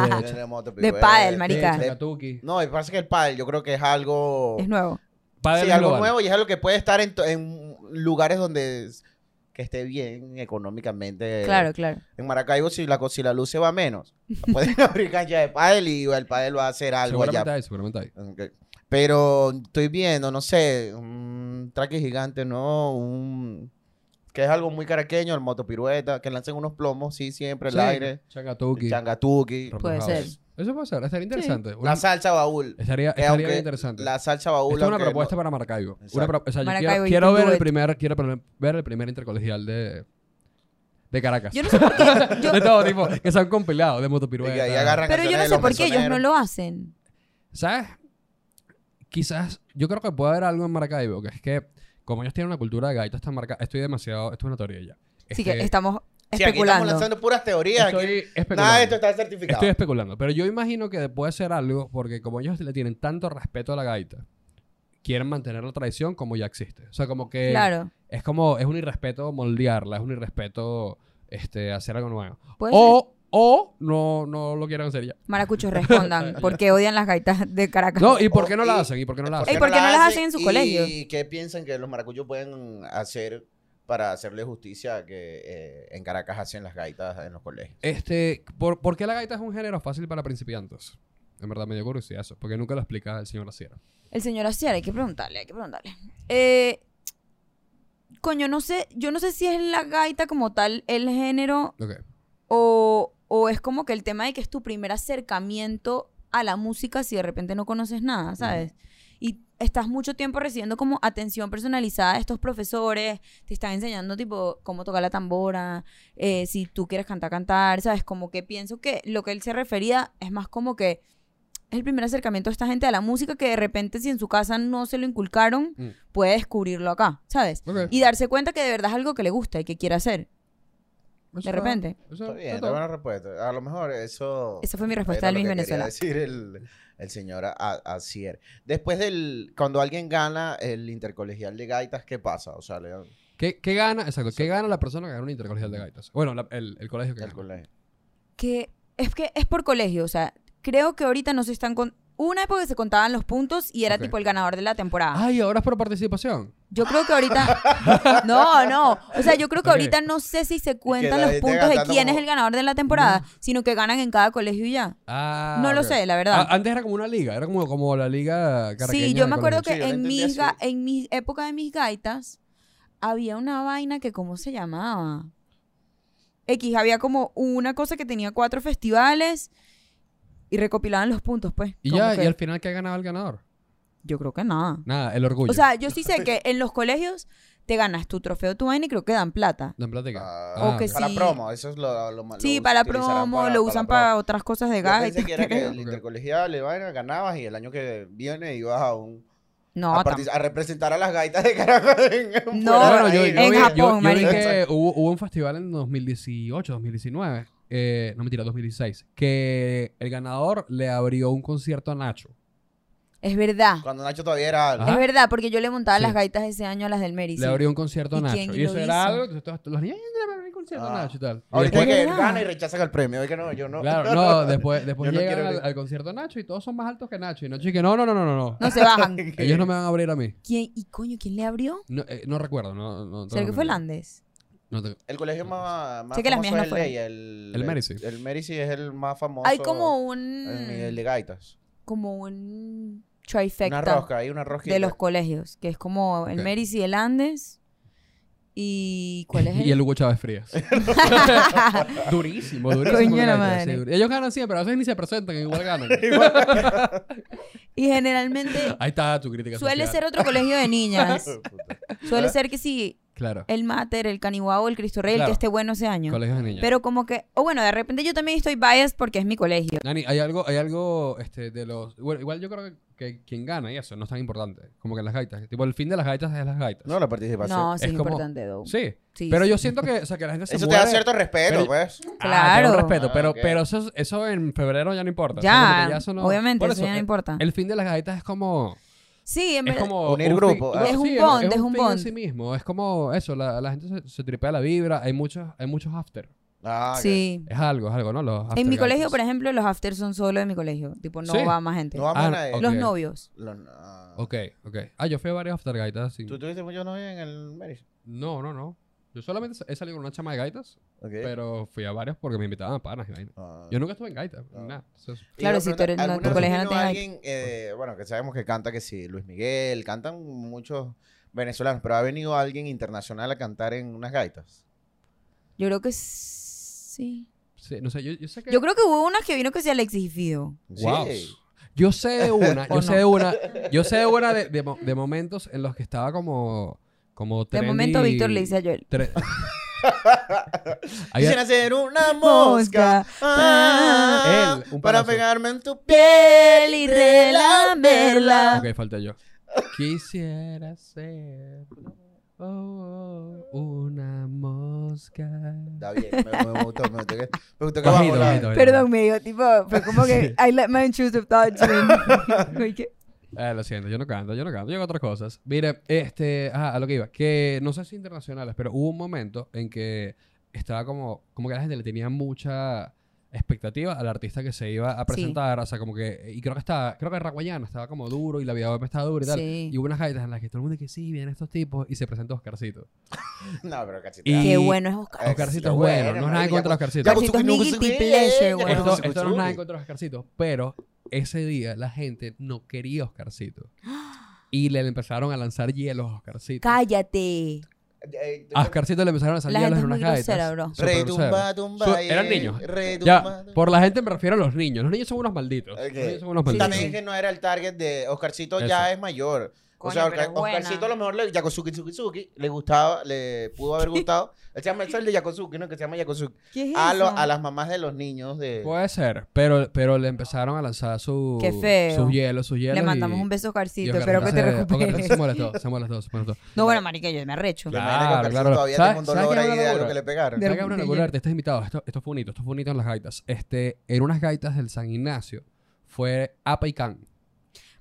Speaker 1: de, cha-
Speaker 3: Tenemos otro
Speaker 2: De
Speaker 3: piruete,
Speaker 2: pádel,
Speaker 3: de-
Speaker 2: marica.
Speaker 1: de
Speaker 3: de-
Speaker 1: chacatuki.
Speaker 3: No, me parece que el pádel yo creo que es algo...
Speaker 2: Es nuevo.
Speaker 1: Padre
Speaker 3: sí, algo
Speaker 1: global.
Speaker 3: nuevo y es algo que puede estar en, to- en lugares donde es- que esté bien
Speaker 1: Eh,
Speaker 3: económicamente.
Speaker 2: Claro, claro.
Speaker 3: En Maracaibo, si la, co- si la luz se va menos, pueden abrir cancha de pádel y el pádel va a hacer algo
Speaker 1: Seguramente
Speaker 3: allá.
Speaker 1: hay, seguramente hay.
Speaker 3: Ok. Pero estoy viendo, no sé, un traque gigante, ¿no? Un... Que es algo muy caraqueño, el motopirueta, que lancen unos plomos, sí, siempre, el
Speaker 1: Sí,
Speaker 3: aire.
Speaker 1: Chacatuki.
Speaker 3: Changatuki.
Speaker 1: Roper
Speaker 2: Puede
Speaker 1: House.
Speaker 2: ser.
Speaker 1: Eso Eso puede ser. Estaría interesante. Una-
Speaker 3: La salsa baúl.
Speaker 1: estaría
Speaker 3: que
Speaker 1: estaría
Speaker 3: aunque
Speaker 1: bien interesante.
Speaker 3: La salsa baúl.
Speaker 1: Esta es una
Speaker 3: aunque no-
Speaker 1: propuesta para Maracaibo. Una
Speaker 3: Exacto.
Speaker 1: pro- o sea, yo
Speaker 2: Maracaibo
Speaker 1: quiero,
Speaker 2: y
Speaker 1: quiero
Speaker 2: un
Speaker 1: ver el
Speaker 2: dueto.
Speaker 1: primer, quiero pre- ver el primer intercolegial de, de Caracas.
Speaker 2: Yo no sé por qué. yo-
Speaker 1: de todo tipo, que se han compilado de motopirueta.
Speaker 3: y que ahí agarran
Speaker 2: pero yo
Speaker 3: canciones
Speaker 2: no
Speaker 3: de
Speaker 2: sé
Speaker 3: los
Speaker 2: por qué ellos no
Speaker 3: mesoneros.
Speaker 2: lo hacen.
Speaker 1: ¿Sabes? Quizás, yo creo que puede haber algo en Maracaibo, que es que como ellos tienen una cultura de gaitas tan marcada, estoy demasiado, esto es una teoría ya.
Speaker 2: Así
Speaker 1: Este,
Speaker 2: que estamos
Speaker 3: Sí, aquí estamos
Speaker 2: especulando.
Speaker 3: lanzando puras teorías. aquí-
Speaker 1: estoy especulando.
Speaker 3: Nada de esto está certificado.
Speaker 1: Estoy especulando, pero yo imagino que puede ser algo porque como ellos le tienen tanto respeto a la gaita, quieren mantener la tradición como ya existe. O sea, como que
Speaker 2: claro.
Speaker 1: es como es un irrespeto moldearla, es un irrespeto este hacer algo nuevo.
Speaker 2: Puede
Speaker 1: O o no no lo quieren hacer ya.
Speaker 2: ser. Maracuchos respondan porque odian las gaitas de Caracas.
Speaker 1: No, ¿y por qué
Speaker 3: O-
Speaker 1: no la
Speaker 3: y-
Speaker 1: hacen? ¿Y por qué no la
Speaker 3: ¿Por
Speaker 1: hacen?
Speaker 2: Ey, ¿por qué no las hacen en su
Speaker 3: y
Speaker 2: colegio?
Speaker 3: qué piensan que los maracuyos pueden hacer para hacerle justicia a que eh, en Caracas hacen las gaitas en los colegios?
Speaker 1: Este, ¿por, por qué la gaita es un género fácil para principiantes? En verdad me dio curiosidad eso, porque nunca lo explica el señor Asiera.
Speaker 2: El señor Asiar, hay que preguntarle, hay que preguntarle. Eh, coño, no sé, yo no sé si es la gaita como tal el género
Speaker 1: Ok.
Speaker 2: o, o es como que el tema de que es tu primer acercamiento a la música si de repente no conoces nada, ¿sabes? Y estás mucho tiempo recibiendo como atención personalizada de estos profesores, te están enseñando tipo cómo tocar la tambora, eh, si tú quieres cantar, cantar, ¿sabes? Como que pienso que lo que él se refería es más como que es el primer acercamiento de esta gente a la música que de repente si en su casa no se lo inculcaron,
Speaker 1: Mm.
Speaker 2: puede descubrirlo acá, ¿sabes?
Speaker 1: Ok.
Speaker 2: Y darse cuenta que de verdad es algo que le gusta y que quiere hacer.
Speaker 1: Eso-
Speaker 2: repente.
Speaker 1: eso-
Speaker 3: Está bien,
Speaker 1: eso-
Speaker 3: está buena respuesta. A lo mejor eso.
Speaker 2: Esa fue mi respuesta
Speaker 3: era
Speaker 2: al
Speaker 3: lo
Speaker 2: Miss
Speaker 3: que
Speaker 2: Venezuela.
Speaker 3: quería decir el, el señor A- Acier. Después del. Cuando alguien gana el intercolegial de gaitas, ¿qué pasa? O sea, le dan
Speaker 1: ¿Qué, qué gana? Exacto, ¿qué gana la persona que gana un intercolegial de gaitas? Bueno, la- el, el colegio que
Speaker 3: el
Speaker 1: gana.
Speaker 3: colegio.
Speaker 2: que es que es por colegio, o sea, creo que ahorita no se están con una época que se contaban los puntos y era
Speaker 1: Ok.
Speaker 2: tipo el ganador de la temporada.
Speaker 1: Ay, ahora es por participación.
Speaker 2: Yo creo que ahorita no, no, o sea, yo creo que
Speaker 1: Ok.
Speaker 2: ahorita no sé si se cuentan
Speaker 3: la
Speaker 2: los
Speaker 3: gente
Speaker 2: puntos de
Speaker 3: gastando
Speaker 2: quién
Speaker 3: como-
Speaker 2: es el ganador de la temporada, sino que ganan en cada colegio y ya.
Speaker 1: Ah,
Speaker 2: no lo
Speaker 1: ok.
Speaker 2: sé, la verdad.
Speaker 1: Ah, antes era como una liga, era como, como la liga caraqueña.
Speaker 2: sí, yo me
Speaker 1: de
Speaker 2: acuerdo
Speaker 1: colegio.
Speaker 2: que
Speaker 3: Sí, yo lo
Speaker 2: en
Speaker 3: entendí
Speaker 2: mis
Speaker 3: así.
Speaker 2: ga- en mi época de mis gaitas había una vaina que cómo se llamaba. X había como una cosa que tenía cuatro festivales y recopilaban los puntos, pues.
Speaker 1: Y
Speaker 2: como
Speaker 1: ya,
Speaker 2: que-
Speaker 1: y al final, ¿qué ganaba el ganador?
Speaker 2: Yo creo que nada.
Speaker 1: Nada, el orgullo.
Speaker 2: O sea, yo sí sé que en los colegios te ganas tu trofeo, tu vaina y creo que dan plata.
Speaker 1: Dan plática.
Speaker 3: Ah,
Speaker 1: Ah,
Speaker 2: o que
Speaker 1: ok.
Speaker 3: para
Speaker 2: sí.
Speaker 3: promo, eso es lo, lo, Ah, lo
Speaker 2: sí, para
Speaker 3: utilizarán
Speaker 2: promo,
Speaker 3: para-
Speaker 2: lo usan
Speaker 3: promo.
Speaker 2: para, otras cosas de
Speaker 3: Yo
Speaker 2: gas.
Speaker 3: pensé que era que el
Speaker 1: Ok.
Speaker 3: intercolegial le vaina, ganabas y el año que viene ibas a un
Speaker 2: No,
Speaker 3: a,
Speaker 2: tam-
Speaker 3: partici- a representar a las gaitas de Caracas en, en
Speaker 2: No,
Speaker 3: fuera
Speaker 1: Bueno,
Speaker 3: de
Speaker 1: yo, yo
Speaker 3: ahí, ¿no?
Speaker 2: en
Speaker 1: vi,
Speaker 2: Japón,
Speaker 1: yo- yo vi
Speaker 2: marico.
Speaker 1: que hubo, hubo un festival en 2018, 2019. Eh, no mentira, 2016. Que el ganador le abrió un concierto a Nacho.
Speaker 2: es verdad.
Speaker 3: Cuando Nacho todavía era algo.
Speaker 1: Ajá.
Speaker 2: Es verdad, porque yo le montaba
Speaker 1: Sí.
Speaker 2: las gaitas ese año a las del Meri.
Speaker 1: Le
Speaker 2: sí.
Speaker 1: abrió un concierto a
Speaker 2: ¿Y quién
Speaker 1: Nacho. Y
Speaker 2: lo
Speaker 1: eso era
Speaker 2: hizo?
Speaker 1: algo. que todos- Los niños "Ay, le abrió un concierto a
Speaker 3: Ah.
Speaker 1: Nato" y tal. Y
Speaker 3: Ahorita
Speaker 1: después-
Speaker 3: que él
Speaker 2: ¿Verdad?
Speaker 3: gana y rechazan el premio, hoy que no, yo no.
Speaker 1: Claro, no, después, después
Speaker 3: Yo no
Speaker 1: llegan
Speaker 3: quiero
Speaker 1: al,
Speaker 3: ni-
Speaker 1: al concierto de Nacho y todos son más altos que Nacho. Y Nacho dice que no, no, no, no, no. no.
Speaker 2: No se bajan.
Speaker 1: Ellos no me van a abrir a mí.
Speaker 2: ¿Quién, ¿Y coño, quién le abrió?
Speaker 1: No, eh, no recuerdo. No, no,
Speaker 2: ¿Será que fue
Speaker 1: no-
Speaker 2: Landes?
Speaker 1: no te-
Speaker 3: El colegio más, más
Speaker 2: Sé que las
Speaker 3: famoso
Speaker 2: mías no
Speaker 3: es el
Speaker 2: fueron.
Speaker 3: Ley, el,
Speaker 1: El Merici.
Speaker 3: El Merici es el más famoso.
Speaker 2: Hay como
Speaker 3: en el de
Speaker 2: un.
Speaker 3: gaitas.
Speaker 2: Como un
Speaker 3: Una
Speaker 2: trifecta
Speaker 3: rosca, hay una rosquita.
Speaker 2: de los colegios, que es como el
Speaker 1: Ok.
Speaker 2: Meris y el Andes. ¿Y cuál es
Speaker 1: y el Hugo Chávez Frías. durísimo, durísimo.
Speaker 2: Coño
Speaker 1: con Gaita,
Speaker 2: la madre.
Speaker 1: sí, duri- Ellos ganan siempre, a veces ni se presentan, igual ganan.
Speaker 2: Y generalmente
Speaker 1: Ahí está tu crítica.
Speaker 2: suele
Speaker 1: social.
Speaker 2: ser otro colegio de niñas. Suele ser que sí,
Speaker 1: Claro.
Speaker 2: el Mater, el Caniguao, el Cristo Rey, el
Speaker 1: Claro.
Speaker 2: que esté bueno ese año.
Speaker 1: Colegios de niñas.
Speaker 2: Pero como que, o bueno, de repente yo también estoy biased porque es mi colegio.
Speaker 1: Nani, hay algo, hay algo este, de los. Bueno, igual yo creo que, que quien gana y eso no es tan importante. Como que en las gaitas. Tipo, el fin de las gaitas es las gaitas.
Speaker 3: No, la participación.
Speaker 2: No, sí es,
Speaker 1: Es como-
Speaker 2: importante, though.
Speaker 1: Sí.
Speaker 2: Sí,
Speaker 1: Pero
Speaker 2: sí.
Speaker 1: yo siento que, o sea, que la gente se
Speaker 3: Eso te
Speaker 1: muere.
Speaker 3: da cierto respeto,
Speaker 1: Pero- Ah,
Speaker 3: pues.
Speaker 1: te da un
Speaker 2: Claro.
Speaker 1: respeto,
Speaker 3: Ah,
Speaker 1: pero,
Speaker 3: ok.
Speaker 1: pero eso, eso en febrero ya no importa. O sea, como
Speaker 2: Ya,
Speaker 1: que eso no-
Speaker 2: obviamente,
Speaker 1: por
Speaker 2: eso, ya no
Speaker 1: eh,
Speaker 2: importa.
Speaker 1: El fin de las gaitas es como.
Speaker 2: sí, en
Speaker 1: Es
Speaker 2: verdad.
Speaker 1: como.
Speaker 3: Unir
Speaker 1: un
Speaker 3: grupo,
Speaker 1: fin-
Speaker 3: ah.
Speaker 2: Es un
Speaker 1: sí,
Speaker 2: bond,
Speaker 1: es
Speaker 2: es
Speaker 1: un
Speaker 2: un
Speaker 1: fin en
Speaker 2: bond.
Speaker 1: sí mismo. Es como eso, la, la gente se, se tripea la vibra. Hay muchos, hay muchos after.
Speaker 3: Ah, ok.
Speaker 2: Sí.
Speaker 1: Es algo, es algo, ¿no? Los after
Speaker 2: En mi
Speaker 1: gaitas.
Speaker 2: colegio, por ejemplo, los afters son solo de mi colegio. Tipo, no
Speaker 1: Sí.
Speaker 2: va más gente.
Speaker 3: No vamos
Speaker 1: Ah,
Speaker 3: a nadie.
Speaker 1: ok.
Speaker 2: Los novios.
Speaker 3: Los- ah.
Speaker 1: Ok, ok. Ah, yo fui a varios after gaitas. sí.
Speaker 3: ¿Tú tuviste muchos novios en el Merici?
Speaker 1: No, no, no. Yo solamente sa- he salido con una chama de gaitas,
Speaker 3: Ok.
Speaker 1: pero fui a varios porque me invitaban a panas y vaina.
Speaker 3: Ah.
Speaker 1: Yo nunca estuve en gaitas,
Speaker 3: Ah.
Speaker 1: nada. eso es-
Speaker 2: Claro,
Speaker 3: Y yo
Speaker 2: si tú
Speaker 3: pregunto,
Speaker 2: eres- no- tu
Speaker 3: ¿alguna vez
Speaker 2: colegio no
Speaker 3: vino
Speaker 2: tiene
Speaker 3: alguien, eh, bueno, que sabemos que canta que sí, Luis Miguel, cantan muchos venezolanos, pero ha venido alguien internacional a cantar en unas gaitas.
Speaker 2: Yo creo que sí.
Speaker 1: Sí, no sé, yo, yo sé que...
Speaker 2: Yo creo que hubo una que vino que se Alexis y Fido.
Speaker 1: Wow.
Speaker 3: Sí.
Speaker 1: Yo sé de una, yo
Speaker 2: ¿O
Speaker 1: sé
Speaker 2: no?
Speaker 1: de una, yo sé de una de, de mo- de momentos en los que estaba como, como
Speaker 2: De
Speaker 1: trendy-
Speaker 2: momento Víctor le dice a Joel.
Speaker 1: tre- Había-
Speaker 3: Quisiera ser una mosca.
Speaker 2: Mosca.
Speaker 3: ah,
Speaker 1: Él, un
Speaker 3: para
Speaker 1: palazo.
Speaker 3: pegarme en tu piel.
Speaker 2: Piel y relamerla.
Speaker 1: Ok, falta yo. Quisiera ser oh, oh, una mosca.
Speaker 3: Está bien, me, me gustó, me gustó que, me gustó que
Speaker 1: Bajito,
Speaker 3: bajó la-
Speaker 1: bajito, bajito.
Speaker 2: Perdón, me dijo, tipo, fue como que I let my shoes have touched me. Como que-
Speaker 1: Eh, lo siento, yo no canto, yo no canto, yo hago otras cosas. Mire, este, ajá, a lo que iba, que no sé si internacionales, pero hubo un momento en que estaba como, como que la gente le tenía mucha expectativa al artista que se iba a presentar, o sea, como que, y creo que estaba, creo que Raguayana estaba como duro y la vida estaba dura y tal.
Speaker 2: Sí.
Speaker 1: Y hubo unas gaitas en las que todo el mundo que sí, vienen estos tipos y se presentó Oscarcito.
Speaker 3: No, pero cachita.
Speaker 1: Y-
Speaker 2: Qué bueno es Oscar.
Speaker 1: Oscarcito es bueno, no es nada
Speaker 3: marico,
Speaker 1: contra
Speaker 3: ya-
Speaker 1: Oscarcito.
Speaker 3: ya con su-
Speaker 2: Oscarcito es mi
Speaker 3: con su-
Speaker 2: guilty pleasure,
Speaker 3: ya con
Speaker 2: weón.
Speaker 3: su-
Speaker 1: Esto, esto no es nada en
Speaker 3: con su-
Speaker 1: contra de Oscarcito, pero ese día la gente no quería Oscarcito. Y le empezaron a lanzar hielos a Oscarcito.
Speaker 2: Cállate.
Speaker 3: Eh,
Speaker 1: A Oscarcito le empezaron a lanzar
Speaker 2: La
Speaker 1: hielos
Speaker 2: gente
Speaker 1: en
Speaker 2: es
Speaker 1: unas
Speaker 2: muy
Speaker 1: gaitas.
Speaker 2: grosera, bro.
Speaker 1: Súper grosero.
Speaker 3: Retumba, tumba.
Speaker 1: Su-
Speaker 3: eh,
Speaker 1: eran niños.
Speaker 3: Retumba.
Speaker 1: Ya,
Speaker 3: tumba.
Speaker 1: por la gente me refiero a los niños. Los niños son unos malditos. Los
Speaker 3: Ok.
Speaker 1: niños son unos
Speaker 2: Sí,
Speaker 1: malditos.
Speaker 3: También es que no era el target de Oscarcito,
Speaker 1: Eso.
Speaker 3: ya es mayor. o
Speaker 2: Coño,
Speaker 3: sea,
Speaker 2: pero
Speaker 3: Oscar-
Speaker 2: es buena.
Speaker 3: Oscarcito a lo mejor le, Yakosuki Suki Suki le gustaba, le pudo haber gustado. Él se llama el de Yakosuki, ¿no? Que se llama Yakosuki.
Speaker 2: ¿Qué es
Speaker 3: A, lo-
Speaker 2: eso?
Speaker 3: a las mamás de los niños de.
Speaker 1: Puede ser, pero, pero le empezaron a lanzar su,
Speaker 2: Qué feo.
Speaker 1: sus hielos, sus hielos.
Speaker 2: Le mandamos
Speaker 1: y-
Speaker 2: un beso
Speaker 1: y
Speaker 2: a Oscarcito.
Speaker 1: Oscarcito
Speaker 2: Espero que te
Speaker 1: se- Oscarcito
Speaker 2: recuperes.
Speaker 1: Se molestó, se molestó, se molestó.
Speaker 2: No, bueno, marica, yo me arrecho.
Speaker 3: Yo me
Speaker 1: Claro,
Speaker 3: imagino que Oscarcito
Speaker 1: claro.
Speaker 3: Todavía
Speaker 1: ¿Sabes-
Speaker 3: tiene un
Speaker 1: sabes
Speaker 3: dolor
Speaker 1: qué
Speaker 3: ahí
Speaker 1: era
Speaker 3: de
Speaker 1: una
Speaker 3: algo
Speaker 1: locura?
Speaker 3: que le pegaron.
Speaker 2: De-
Speaker 1: Venga, una
Speaker 2: repente
Speaker 1: locura,
Speaker 2: llega.
Speaker 1: artistas invitados. este Esto, esto fue bonito, esto fue bonito en las gaitas. Este, en unas gaitas del San Ignacio fue Apa y Can.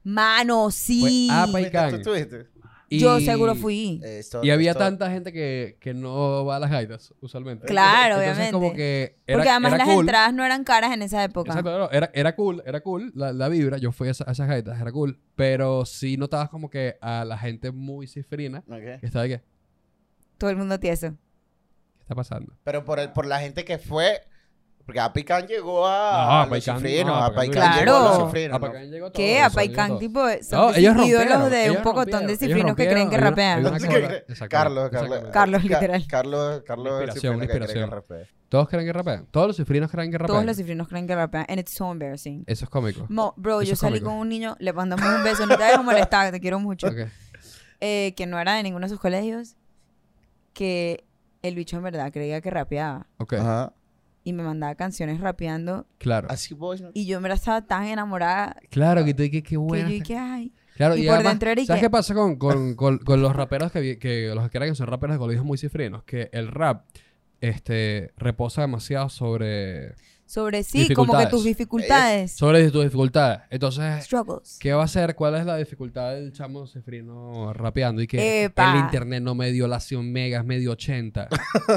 Speaker 2: Mano, sí.
Speaker 1: apa y-
Speaker 3: ¿Tú- ¿Tú estuviste?
Speaker 1: ah, pues, Y-
Speaker 2: Yo seguro fui.
Speaker 3: Eh, esto-
Speaker 1: Y había
Speaker 3: esto-
Speaker 1: tanta gente que, que no va a las gaitas, usualmente.
Speaker 2: Claro,
Speaker 1: Entonces,
Speaker 2: obviamente.
Speaker 1: como que era,
Speaker 2: Porque además
Speaker 1: era
Speaker 2: las
Speaker 1: cool.
Speaker 2: entradas no eran caras en esa época.
Speaker 1: Exacto, claro, era, era cool, era cool la, la vibra. Yo fui a, esa- a esas gaitas, era cool. Pero sí notabas como que a la gente muy cifrina que
Speaker 3: Ok.
Speaker 1: estaba de que,
Speaker 2: Todo el mundo tieso.
Speaker 1: ¿qué está pasando?
Speaker 3: Pero por, el, por la gente que fue. Porque Apicán llegó
Speaker 1: No,
Speaker 3: a. a Ah, los
Speaker 1: Apaicán-
Speaker 3: sufrinos.
Speaker 1: no,
Speaker 3: Apicán
Speaker 1: Apaicán
Speaker 3: llegó a los
Speaker 2: Claro.
Speaker 3: sufrinos. ¿no?
Speaker 1: Apaicán llegó todo,
Speaker 2: ¿Qué?
Speaker 1: salió
Speaker 2: Apaicán,
Speaker 1: todo.
Speaker 2: tipo,
Speaker 1: No,
Speaker 2: son
Speaker 1: ellos
Speaker 2: ídolos
Speaker 1: rompieron,
Speaker 2: de
Speaker 1: ellos
Speaker 2: un pocotón
Speaker 1: rompieron,
Speaker 2: de
Speaker 1: ellos
Speaker 2: cifrinos que creen
Speaker 1: rompieron.
Speaker 2: que
Speaker 1: Hay una-
Speaker 2: rapean.
Speaker 1: hay una
Speaker 3: Sí,
Speaker 1: cosa-
Speaker 3: que-
Speaker 1: exactamente,
Speaker 3: Carlos, Carlos.
Speaker 1: exactamente.
Speaker 2: Carlos,
Speaker 3: Ca-
Speaker 2: literal.
Speaker 3: Carlos, Carlos.
Speaker 1: Inspiración,
Speaker 3: Sufrino que cree que
Speaker 1: inspiración.
Speaker 3: rapea.
Speaker 1: Todos creen que rapean. Todos los cifrinos creen que rapean.
Speaker 2: Todos los cifrinos creen que rapean. And it's so embarrassing.
Speaker 1: Eso es cómico.
Speaker 2: Mo, bro,
Speaker 1: Eso
Speaker 2: yo
Speaker 1: es
Speaker 2: salí
Speaker 1: cómico.
Speaker 2: con un niño, le mandamos un beso, no te dejes molestar, te quiero mucho.
Speaker 1: Ok.
Speaker 2: Eh, que no era de ninguno de sus colegios, que el bicho en verdad creía que rapeaba
Speaker 1: Ok,
Speaker 3: Ajá.
Speaker 2: y me mandaba canciones rapeando
Speaker 1: claro.
Speaker 3: Así voy. ¿no?
Speaker 2: y yo en verdad estaba tan enamorada
Speaker 1: Claro, que tú dices qué buena.
Speaker 2: que yo
Speaker 1: esta-
Speaker 2: dije, ay,
Speaker 1: Claro,
Speaker 2: y
Speaker 1: y
Speaker 2: por
Speaker 1: además,
Speaker 2: dentro era y
Speaker 1: ¿Sabes
Speaker 2: que-
Speaker 1: qué pasa con, con, con, con los raperos que, vi- que los que eran que son raperos de colegios muy cifrinos? Que el rap este, reposa demasiado sobre,
Speaker 2: sobre sí, como que
Speaker 1: Dificultades.
Speaker 2: tus
Speaker 3: Eh,
Speaker 2: dificultades,
Speaker 1: sobre tus dificultades. Entonces,
Speaker 2: struggles.
Speaker 1: ¿Qué va a ser? ¿Cuál es la dificultad del chamo cifrino rapeando? Y que
Speaker 2: Epa.
Speaker 1: el internet no me dio las 100 megas, me dio 80.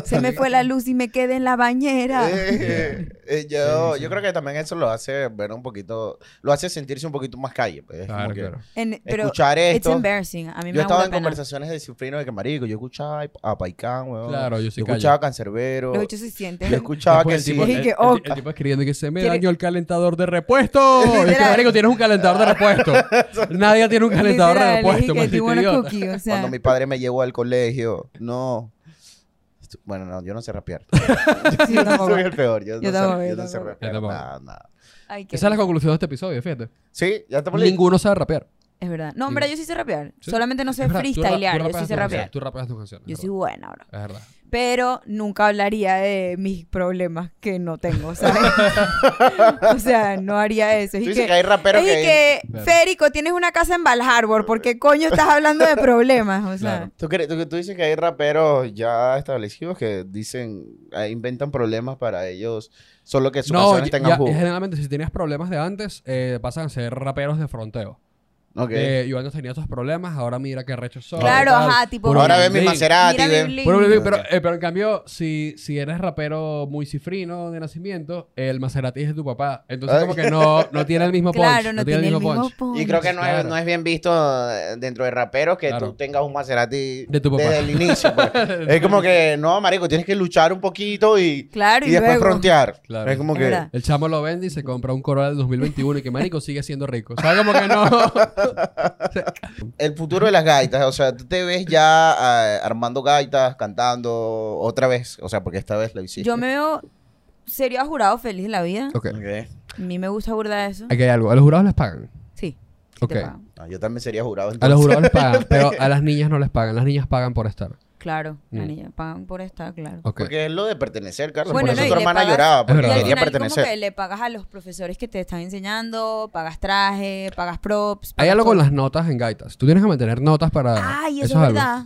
Speaker 2: Se me fue la luz y me quedé en la bañera.
Speaker 3: Eh, eh, yo, yo creo que también eso lo hace ver un poquito, lo hace sentirse un poquito más calle. pues, es
Speaker 1: claro,
Speaker 3: como que
Speaker 1: claro.
Speaker 2: En- pero
Speaker 3: escuchar
Speaker 2: it's
Speaker 3: esto.
Speaker 2: embarrassing. A mí me
Speaker 3: Yo
Speaker 2: da
Speaker 3: estaba
Speaker 2: mucha
Speaker 3: en
Speaker 2: pena.
Speaker 3: conversaciones de Cifrino de que marico, yo escuchaba a Paicán, weón.
Speaker 1: Claro, yo sí
Speaker 3: Yo
Speaker 1: callo.
Speaker 3: escuchaba a Cancerbero.
Speaker 2: Los bichos se sienten
Speaker 3: Yo escuchaba que
Speaker 1: Después
Speaker 3: sí.
Speaker 1: el, tipo,
Speaker 2: Y
Speaker 1: el-
Speaker 2: que,
Speaker 1: el-
Speaker 2: oh,
Speaker 1: el tipo escribiendo que se me
Speaker 2: ¿quiere-
Speaker 1: dañó el calentador de repuesto. Y que,
Speaker 2: Literal.
Speaker 1: marico, tienes un calentador de repuesto. Nadie tiene un calentador de
Speaker 2: literal,
Speaker 1: repuesto,
Speaker 2: dije que
Speaker 1: maldito
Speaker 2: tuvo una
Speaker 1: idiota.
Speaker 2: cookie, o sea.
Speaker 3: Cuando mi padre me llevó al colegio. No. Estu- Bueno, no, yo no sé rapear.
Speaker 2: Sí, tampoco.
Speaker 3: Soy el peor. Yo,
Speaker 2: Yo
Speaker 3: no,
Speaker 2: tampoco,
Speaker 3: sé, yo
Speaker 2: yo
Speaker 3: no sé
Speaker 2: tampoco.
Speaker 3: rapear.
Speaker 1: Yo tampoco.
Speaker 3: Nada, nada.
Speaker 2: Ay, qué
Speaker 1: Esa es la
Speaker 2: rico.
Speaker 1: conclusión de este episodio, fíjate.
Speaker 3: Sí, ya estamos listos.
Speaker 1: Ninguno sabe rapear.
Speaker 2: Es verdad. No, hombre, yo sí sé rapear.
Speaker 1: Sí.
Speaker 2: Solamente no sé
Speaker 1: Es verdad, tú ra- tú
Speaker 2: freestylear. Yo sí
Speaker 1: rapeas
Speaker 2: sé
Speaker 1: tus
Speaker 2: rapear.
Speaker 1: canciones, Tú rapeas tus canciones.
Speaker 2: Yo
Speaker 1: es
Speaker 2: soy
Speaker 1: verdad.
Speaker 2: buena, bro.
Speaker 1: Es verdad.
Speaker 2: Pero nunca hablaría de mis problemas que no tengo, ¿sabes? o sea, no haría eso.
Speaker 3: Tú
Speaker 2: Y
Speaker 3: dices que
Speaker 2: que,
Speaker 3: hay raperos
Speaker 2: y
Speaker 3: que...
Speaker 2: que,
Speaker 1: Claro.
Speaker 2: Férico, tienes una casa en Val Harbor. ¿Por qué coño estás hablando de problemas? O sea,
Speaker 1: Claro.
Speaker 3: ¿Tú, crees- tú, tú dices que hay raperos ya establecidos que dicen, eh, inventan problemas para ellos, solo que sus canciones
Speaker 1: ya-
Speaker 3: tengan
Speaker 1: ya-
Speaker 3: jugo.
Speaker 1: generalmente si tenías problemas de antes, eh, pasan a ser raperos de fronteo.
Speaker 3: Ok.
Speaker 1: Eh, yo antes tenía esos problemas, ahora mira qué recho soy.
Speaker 2: Claro,
Speaker 1: tal.
Speaker 2: ajá, tipo,
Speaker 1: Puro
Speaker 3: Ahora ve mi
Speaker 1: bling-bling.
Speaker 3: Maserati,
Speaker 2: mira mi
Speaker 3: ve.
Speaker 2: bling.
Speaker 1: Puro bling-bling, pero,
Speaker 3: Ok.
Speaker 1: eh, pero en cambio, si, si eres rapero muy cifrino de nacimiento, el Maserati es de tu papá. Entonces,
Speaker 3: Ay.
Speaker 1: como que no, no tiene el mismo punch.
Speaker 2: claro, no tiene el mismo
Speaker 1: punch.
Speaker 2: punch.
Speaker 3: Y creo que no, es,
Speaker 1: Claro.
Speaker 3: no es bien visto eh, dentro de raperos que
Speaker 1: Claro.
Speaker 3: tú tengas un Maserati
Speaker 1: De tu papá.
Speaker 3: desde el inicio. pues. es como que, no, marico, tienes que luchar un poquito y,
Speaker 2: Claro, y,
Speaker 3: y después
Speaker 2: luego.
Speaker 3: frontear.
Speaker 1: Claro.
Speaker 3: Es como
Speaker 2: Es
Speaker 3: que...
Speaker 2: verdad.
Speaker 1: El chamo lo vende y se compra un Corolla del 2021 y que marico sigue siendo rico. ¿Sabes como que no?
Speaker 3: El futuro de las gaitas, o sea, tú te ves ya eh, armando gaitas, cantando otra vez, o sea, porque esta vez lo hiciste.
Speaker 2: Yo me veo sería jurado feliz de la vida.
Speaker 1: Ok.
Speaker 3: Ok.
Speaker 2: A mí me gusta burda eso.
Speaker 1: Aquí hay algo. A los jurados les pagan.
Speaker 2: Sí. sí
Speaker 1: Ok.
Speaker 2: te pagan.
Speaker 3: Ah, yo también sería jurado.
Speaker 1: A los
Speaker 3: entonces.
Speaker 1: jurados les pagan, pero a las niñas no les pagan. Las niñas pagan por estar.
Speaker 2: Claro. La
Speaker 1: Mm.
Speaker 2: niña pagan por estar, claro.
Speaker 1: Ok.
Speaker 3: Porque es lo de pertenecer, Carlos.
Speaker 2: Bueno,
Speaker 3: por
Speaker 2: no,
Speaker 3: eso
Speaker 2: y
Speaker 3: tu
Speaker 2: le
Speaker 3: hermana
Speaker 2: pagas-
Speaker 1: Es
Speaker 3: lloraba, porque
Speaker 2: Y
Speaker 1: verdad.
Speaker 2: al
Speaker 3: quería
Speaker 2: final como que
Speaker 3: pertenecer.
Speaker 2: le pagas a los profesores que te están enseñando, pagas traje, pagas props.
Speaker 1: Hay
Speaker 2: pagas
Speaker 1: algo con
Speaker 2: todo.
Speaker 1: las notas en gaitas. Tú tienes que mantener notas para.
Speaker 2: Ay, eso,
Speaker 1: es
Speaker 2: es
Speaker 1: algo.
Speaker 2: verdad.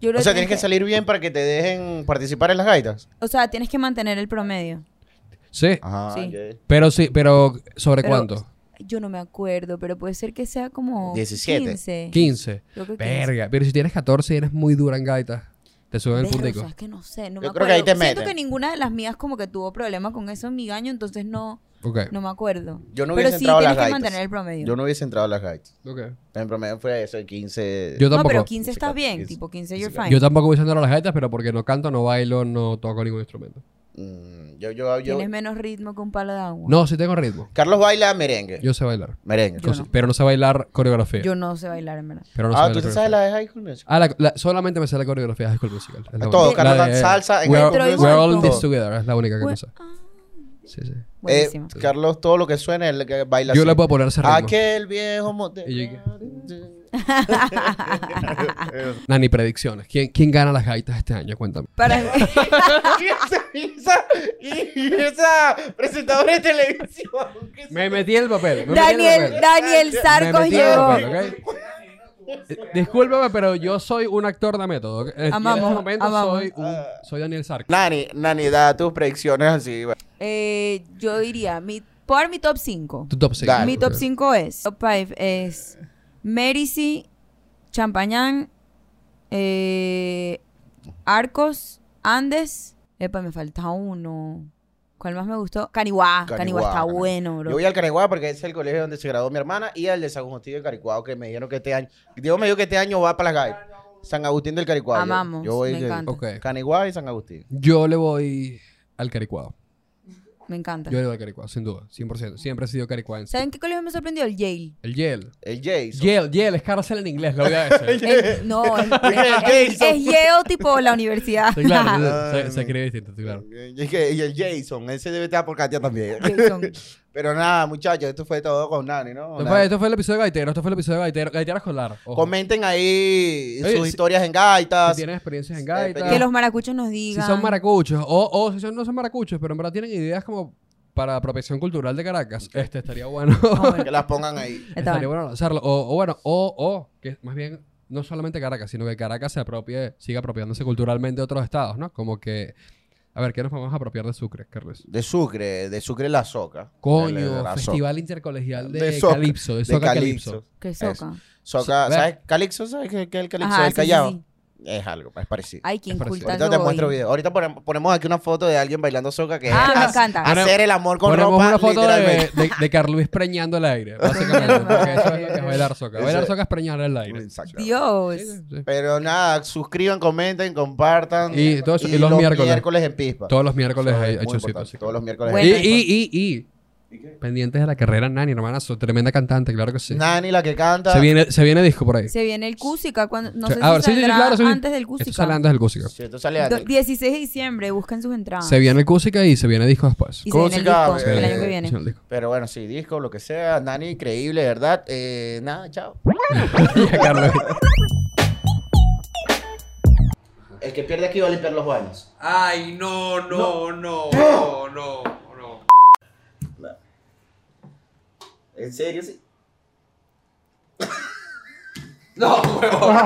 Speaker 2: Yo creo
Speaker 3: O sea,
Speaker 2: que
Speaker 3: tienes que salir bien para que te dejen participar en las gaitas.
Speaker 2: O sea, tienes que mantener el promedio.
Speaker 1: Sí.
Speaker 3: Ajá.
Speaker 2: Sí.
Speaker 3: ok.
Speaker 1: Pero sí, pero ¿sobre
Speaker 2: Pero-
Speaker 1: cuánto?
Speaker 2: Yo no me acuerdo, pero puede ser que sea como
Speaker 3: 17.
Speaker 2: 15.
Speaker 1: 15.
Speaker 2: Creo que 15.
Speaker 1: Verga. Pero si tienes 14 y eres muy dura en gaitas, te suben el
Speaker 2: Verga, o
Speaker 1: puntico.
Speaker 2: sea, es que no sé, no
Speaker 3: Yo
Speaker 2: me
Speaker 3: creo que ahí
Speaker 2: acuerdo.
Speaker 3: te
Speaker 2: Siento
Speaker 3: meten.
Speaker 2: que ninguna de las mías como que tuvo problema con eso en mi año, entonces no,
Speaker 1: Ok.
Speaker 2: no me acuerdo.
Speaker 3: Yo no
Speaker 2: pero
Speaker 3: hubiese
Speaker 2: sí
Speaker 3: entrado a
Speaker 2: tienes
Speaker 3: las
Speaker 2: que
Speaker 3: gaitas.
Speaker 2: mantener el promedio.
Speaker 3: Yo no hubiese entrado a las gaitas.
Speaker 1: Ok.
Speaker 3: En promedio fue eso, de 15.
Speaker 1: Yo
Speaker 2: no,
Speaker 1: tampoco.
Speaker 2: pero 15 está
Speaker 3: 14,
Speaker 2: bien,
Speaker 3: 15.
Speaker 2: tipo 15 you're
Speaker 3: Yo
Speaker 2: fine.
Speaker 1: Yo tampoco voy a las gaitas, pero porque no canto, no bailo, no toco ningún instrumento.
Speaker 3: Mm, yo, yo, yo-
Speaker 2: Tienes menos ritmo que un palo de agua.
Speaker 1: No, sí tengo ritmo.
Speaker 3: Carlos baila merengue.
Speaker 1: Yo sé bailar.
Speaker 3: merengue.
Speaker 2: Yo
Speaker 1: Cosi-
Speaker 2: no.
Speaker 1: Pero no sé bailar coreografía.
Speaker 2: Yo no sé bailar, en verdad.
Speaker 1: Pero no sé
Speaker 3: ah, ¿tú
Speaker 1: bailar
Speaker 3: te sabes
Speaker 1: coreografía.
Speaker 3: la de High School Musical?
Speaker 1: Ah, la- la- solamente me sé la coreografía de High School Musical. Es la
Speaker 3: Todo,
Speaker 1: única.
Speaker 3: Carlos,
Speaker 1: La de-
Speaker 3: dan salsa en
Speaker 1: we're,
Speaker 2: High School
Speaker 1: we're
Speaker 2: Musical.
Speaker 1: all in this
Speaker 3: Todo.
Speaker 1: together, es la única que
Speaker 2: Bueno,
Speaker 1: me sé.
Speaker 2: ah,
Speaker 1: Sí, sí.
Speaker 3: Eh,
Speaker 2: buenísimo.
Speaker 3: Carlos, todo lo que suena es el que baila
Speaker 1: Yo
Speaker 3: así.
Speaker 1: le puedo poner ese ritmo.
Speaker 3: Aquel viejo mote.
Speaker 1: Y yo Nani, predicciones. ¿Quién, ¿Quién gana las gaitas este año? Cuéntame.
Speaker 2: Para
Speaker 3: y, esa, y esa presentadora de televisión. ¿qué es
Speaker 1: Me metí el papel.
Speaker 2: Daniel, Daniel Sarcos llegó.
Speaker 1: Discúlpame, pero yo soy un actor de método. ¿ok? En
Speaker 2: Amamos,
Speaker 1: este momento
Speaker 2: amamos.
Speaker 1: Soy, un- soy Daniel Sarcos.
Speaker 3: Nani, Nani, da tus predicciones así. güey.
Speaker 2: Eh, yo diría, mi, puedo dar mi top 5.
Speaker 1: Tu top 5.
Speaker 3: Dale.
Speaker 2: Mi top 5 es, top 5 es Merici, Champañán, eh, Arcos, Andes. Epa, me falta uno. ¿Cuál más me gustó? Caniguá.
Speaker 3: Caniwá,
Speaker 2: Caniguá está
Speaker 3: Caniwá.
Speaker 2: bueno, bro.
Speaker 3: Yo voy al Caraguá porque es el colegio donde se graduó mi hermana y al de San Agustín del Caricuado que me dijeron que este año. Diego me dijo que este año va para las gaitas. San Agustín del Caricuado. yo-
Speaker 2: Amamos,
Speaker 3: Yo voy
Speaker 2: me
Speaker 3: de
Speaker 2: encanta.
Speaker 1: Ok.
Speaker 3: Caniwá y San Agustín.
Speaker 1: Yo le voy al caricuado.
Speaker 2: Me encanta.
Speaker 1: Yo le voy al caricuado, sin duda. 100%. Siempre he sido caricuense.
Speaker 2: ¿Saben qué colegio me sorprendió? El Yale.
Speaker 1: El Yale.
Speaker 3: El Jason.
Speaker 1: Yale, Yale, es cárcel en inglés, lo voy a decir.
Speaker 2: El- no, es, es- es- es Yale tipo la universidad.
Speaker 1: Sí, claro,
Speaker 3: Ay,
Speaker 1: se, se escribe distinto, sí, claro.
Speaker 3: Y que- y el Jason, ese debe estar por Katia también.
Speaker 2: Jason.
Speaker 3: Pero nada, muchachos, esto fue todo con Nani, ¿no?
Speaker 1: Esto
Speaker 3: Nani.
Speaker 1: fue, esto fue el episodio de Gaitero, esto fue el episodio de Gaitero, Gaitero Escolar. ojo.
Speaker 3: Comenten ahí
Speaker 1: Oye,
Speaker 3: sus
Speaker 1: si-
Speaker 3: historias en
Speaker 1: Si
Speaker 3: gaitas.
Speaker 1: tienen experiencias en
Speaker 2: Que
Speaker 1: gaitas,
Speaker 2: los maracuchos nos
Speaker 1: si
Speaker 2: digan.
Speaker 1: son maracuchos, o, o si son, no son maracuchos, pero en verdad tienen ideas como para apropiación cultural de Caracas, este estaría bueno.
Speaker 2: Ah, bueno,
Speaker 3: Que las pongan ahí.
Speaker 2: está
Speaker 1: estaría
Speaker 2: bueno.
Speaker 1: bueno lanzarlo. O, o bueno, o, o, que más bien no solamente Caracas, sino que Caracas se apropie, siga apropiándose culturalmente de otros estados, ¿no? Como que, a ver, ¿qué nos vamos a apropiar de Sucre, Carlos?
Speaker 3: De Sucre, de Sucre la soca. De la- de
Speaker 1: Coño,
Speaker 3: la soca.
Speaker 1: Festival Intercolegial de,
Speaker 3: De soca,
Speaker 1: Calipso, de
Speaker 3: De
Speaker 1: Soca
Speaker 3: Calipso.
Speaker 1: Calipso.
Speaker 2: Que soca.
Speaker 3: Soca,
Speaker 1: Sí,
Speaker 3: ¿sabes? Calixto, ¿sabes qué qué es el Calixto
Speaker 2: Ajá,
Speaker 3: del
Speaker 2: sí, sí,
Speaker 3: Callao?
Speaker 2: sí.
Speaker 3: Es algo, es parecido.
Speaker 2: Ay, qué
Speaker 1: Es parecido.
Speaker 2: inculta
Speaker 3: Ahorita te
Speaker 2: yo
Speaker 3: muestro
Speaker 2: hoy.
Speaker 3: video. Ahorita ponem- ponemos aquí una foto de alguien bailando soca que
Speaker 2: Ah,
Speaker 3: es
Speaker 2: me
Speaker 3: ha-
Speaker 2: encanta.
Speaker 3: hacer el amor con
Speaker 1: Ponemos
Speaker 3: ropa
Speaker 1: una foto
Speaker 3: literalmente.
Speaker 1: de, de, de Carl Luis preñando el aire, básicamente. porque eso es lo que es bailar soca.
Speaker 3: Eso
Speaker 1: Bailar
Speaker 3: es.
Speaker 1: soca es preñar el aire.
Speaker 3: Exacto.
Speaker 2: Dios.
Speaker 1: Sí, sí, sí.
Speaker 3: Pero nada, suscriban, comenten, compartan.
Speaker 1: Y todo eso- y los miércoles.
Speaker 3: en Pispa.
Speaker 1: Todos los miércoles
Speaker 3: Eso es
Speaker 1: hay,
Speaker 3: muy
Speaker 1: hay showcito,
Speaker 3: importante,
Speaker 1: sí.
Speaker 3: Todos los miércoles
Speaker 2: Bueno.
Speaker 1: y,
Speaker 3: en Pispa.
Speaker 1: y, y, y. Pendientes de la carrera, Nani, hermana, so- tremenda cantante, claro que sí.
Speaker 3: Nani, la que canta.
Speaker 1: Se viene, se viene disco por ahí.
Speaker 2: Se viene el Cusica. Cuando, no
Speaker 1: Se-
Speaker 2: sé si
Speaker 1: a ver, sí, sí,
Speaker 2: saldrá
Speaker 1: claro, sí.
Speaker 2: antes del
Speaker 1: Esto
Speaker 2: Cusica.
Speaker 1: sale antes del Cúsica.
Speaker 3: Sí, tú sales
Speaker 2: Do-
Speaker 3: antes.
Speaker 2: 16 de diciembre, busquen sus entradas.
Speaker 1: Se viene el Cúsica y se viene disco después.
Speaker 2: Ah. y se viene el
Speaker 3: Cusica,
Speaker 2: disco
Speaker 1: Se
Speaker 2: el
Speaker 1: viene-
Speaker 2: año que
Speaker 3: eh,
Speaker 1: se viene
Speaker 2: viene.
Speaker 1: el disco.
Speaker 3: Pero bueno, sí, disco, lo que sea. Nani, increíble, ¿verdad? Eh, nada, chao.
Speaker 1: Ya, Carlos.
Speaker 3: El que pierde aquí va a limpiar los baños.
Speaker 5: Ay, no, no, no, no, no, no.
Speaker 3: ¿En serio? Sí.
Speaker 5: No, huevón.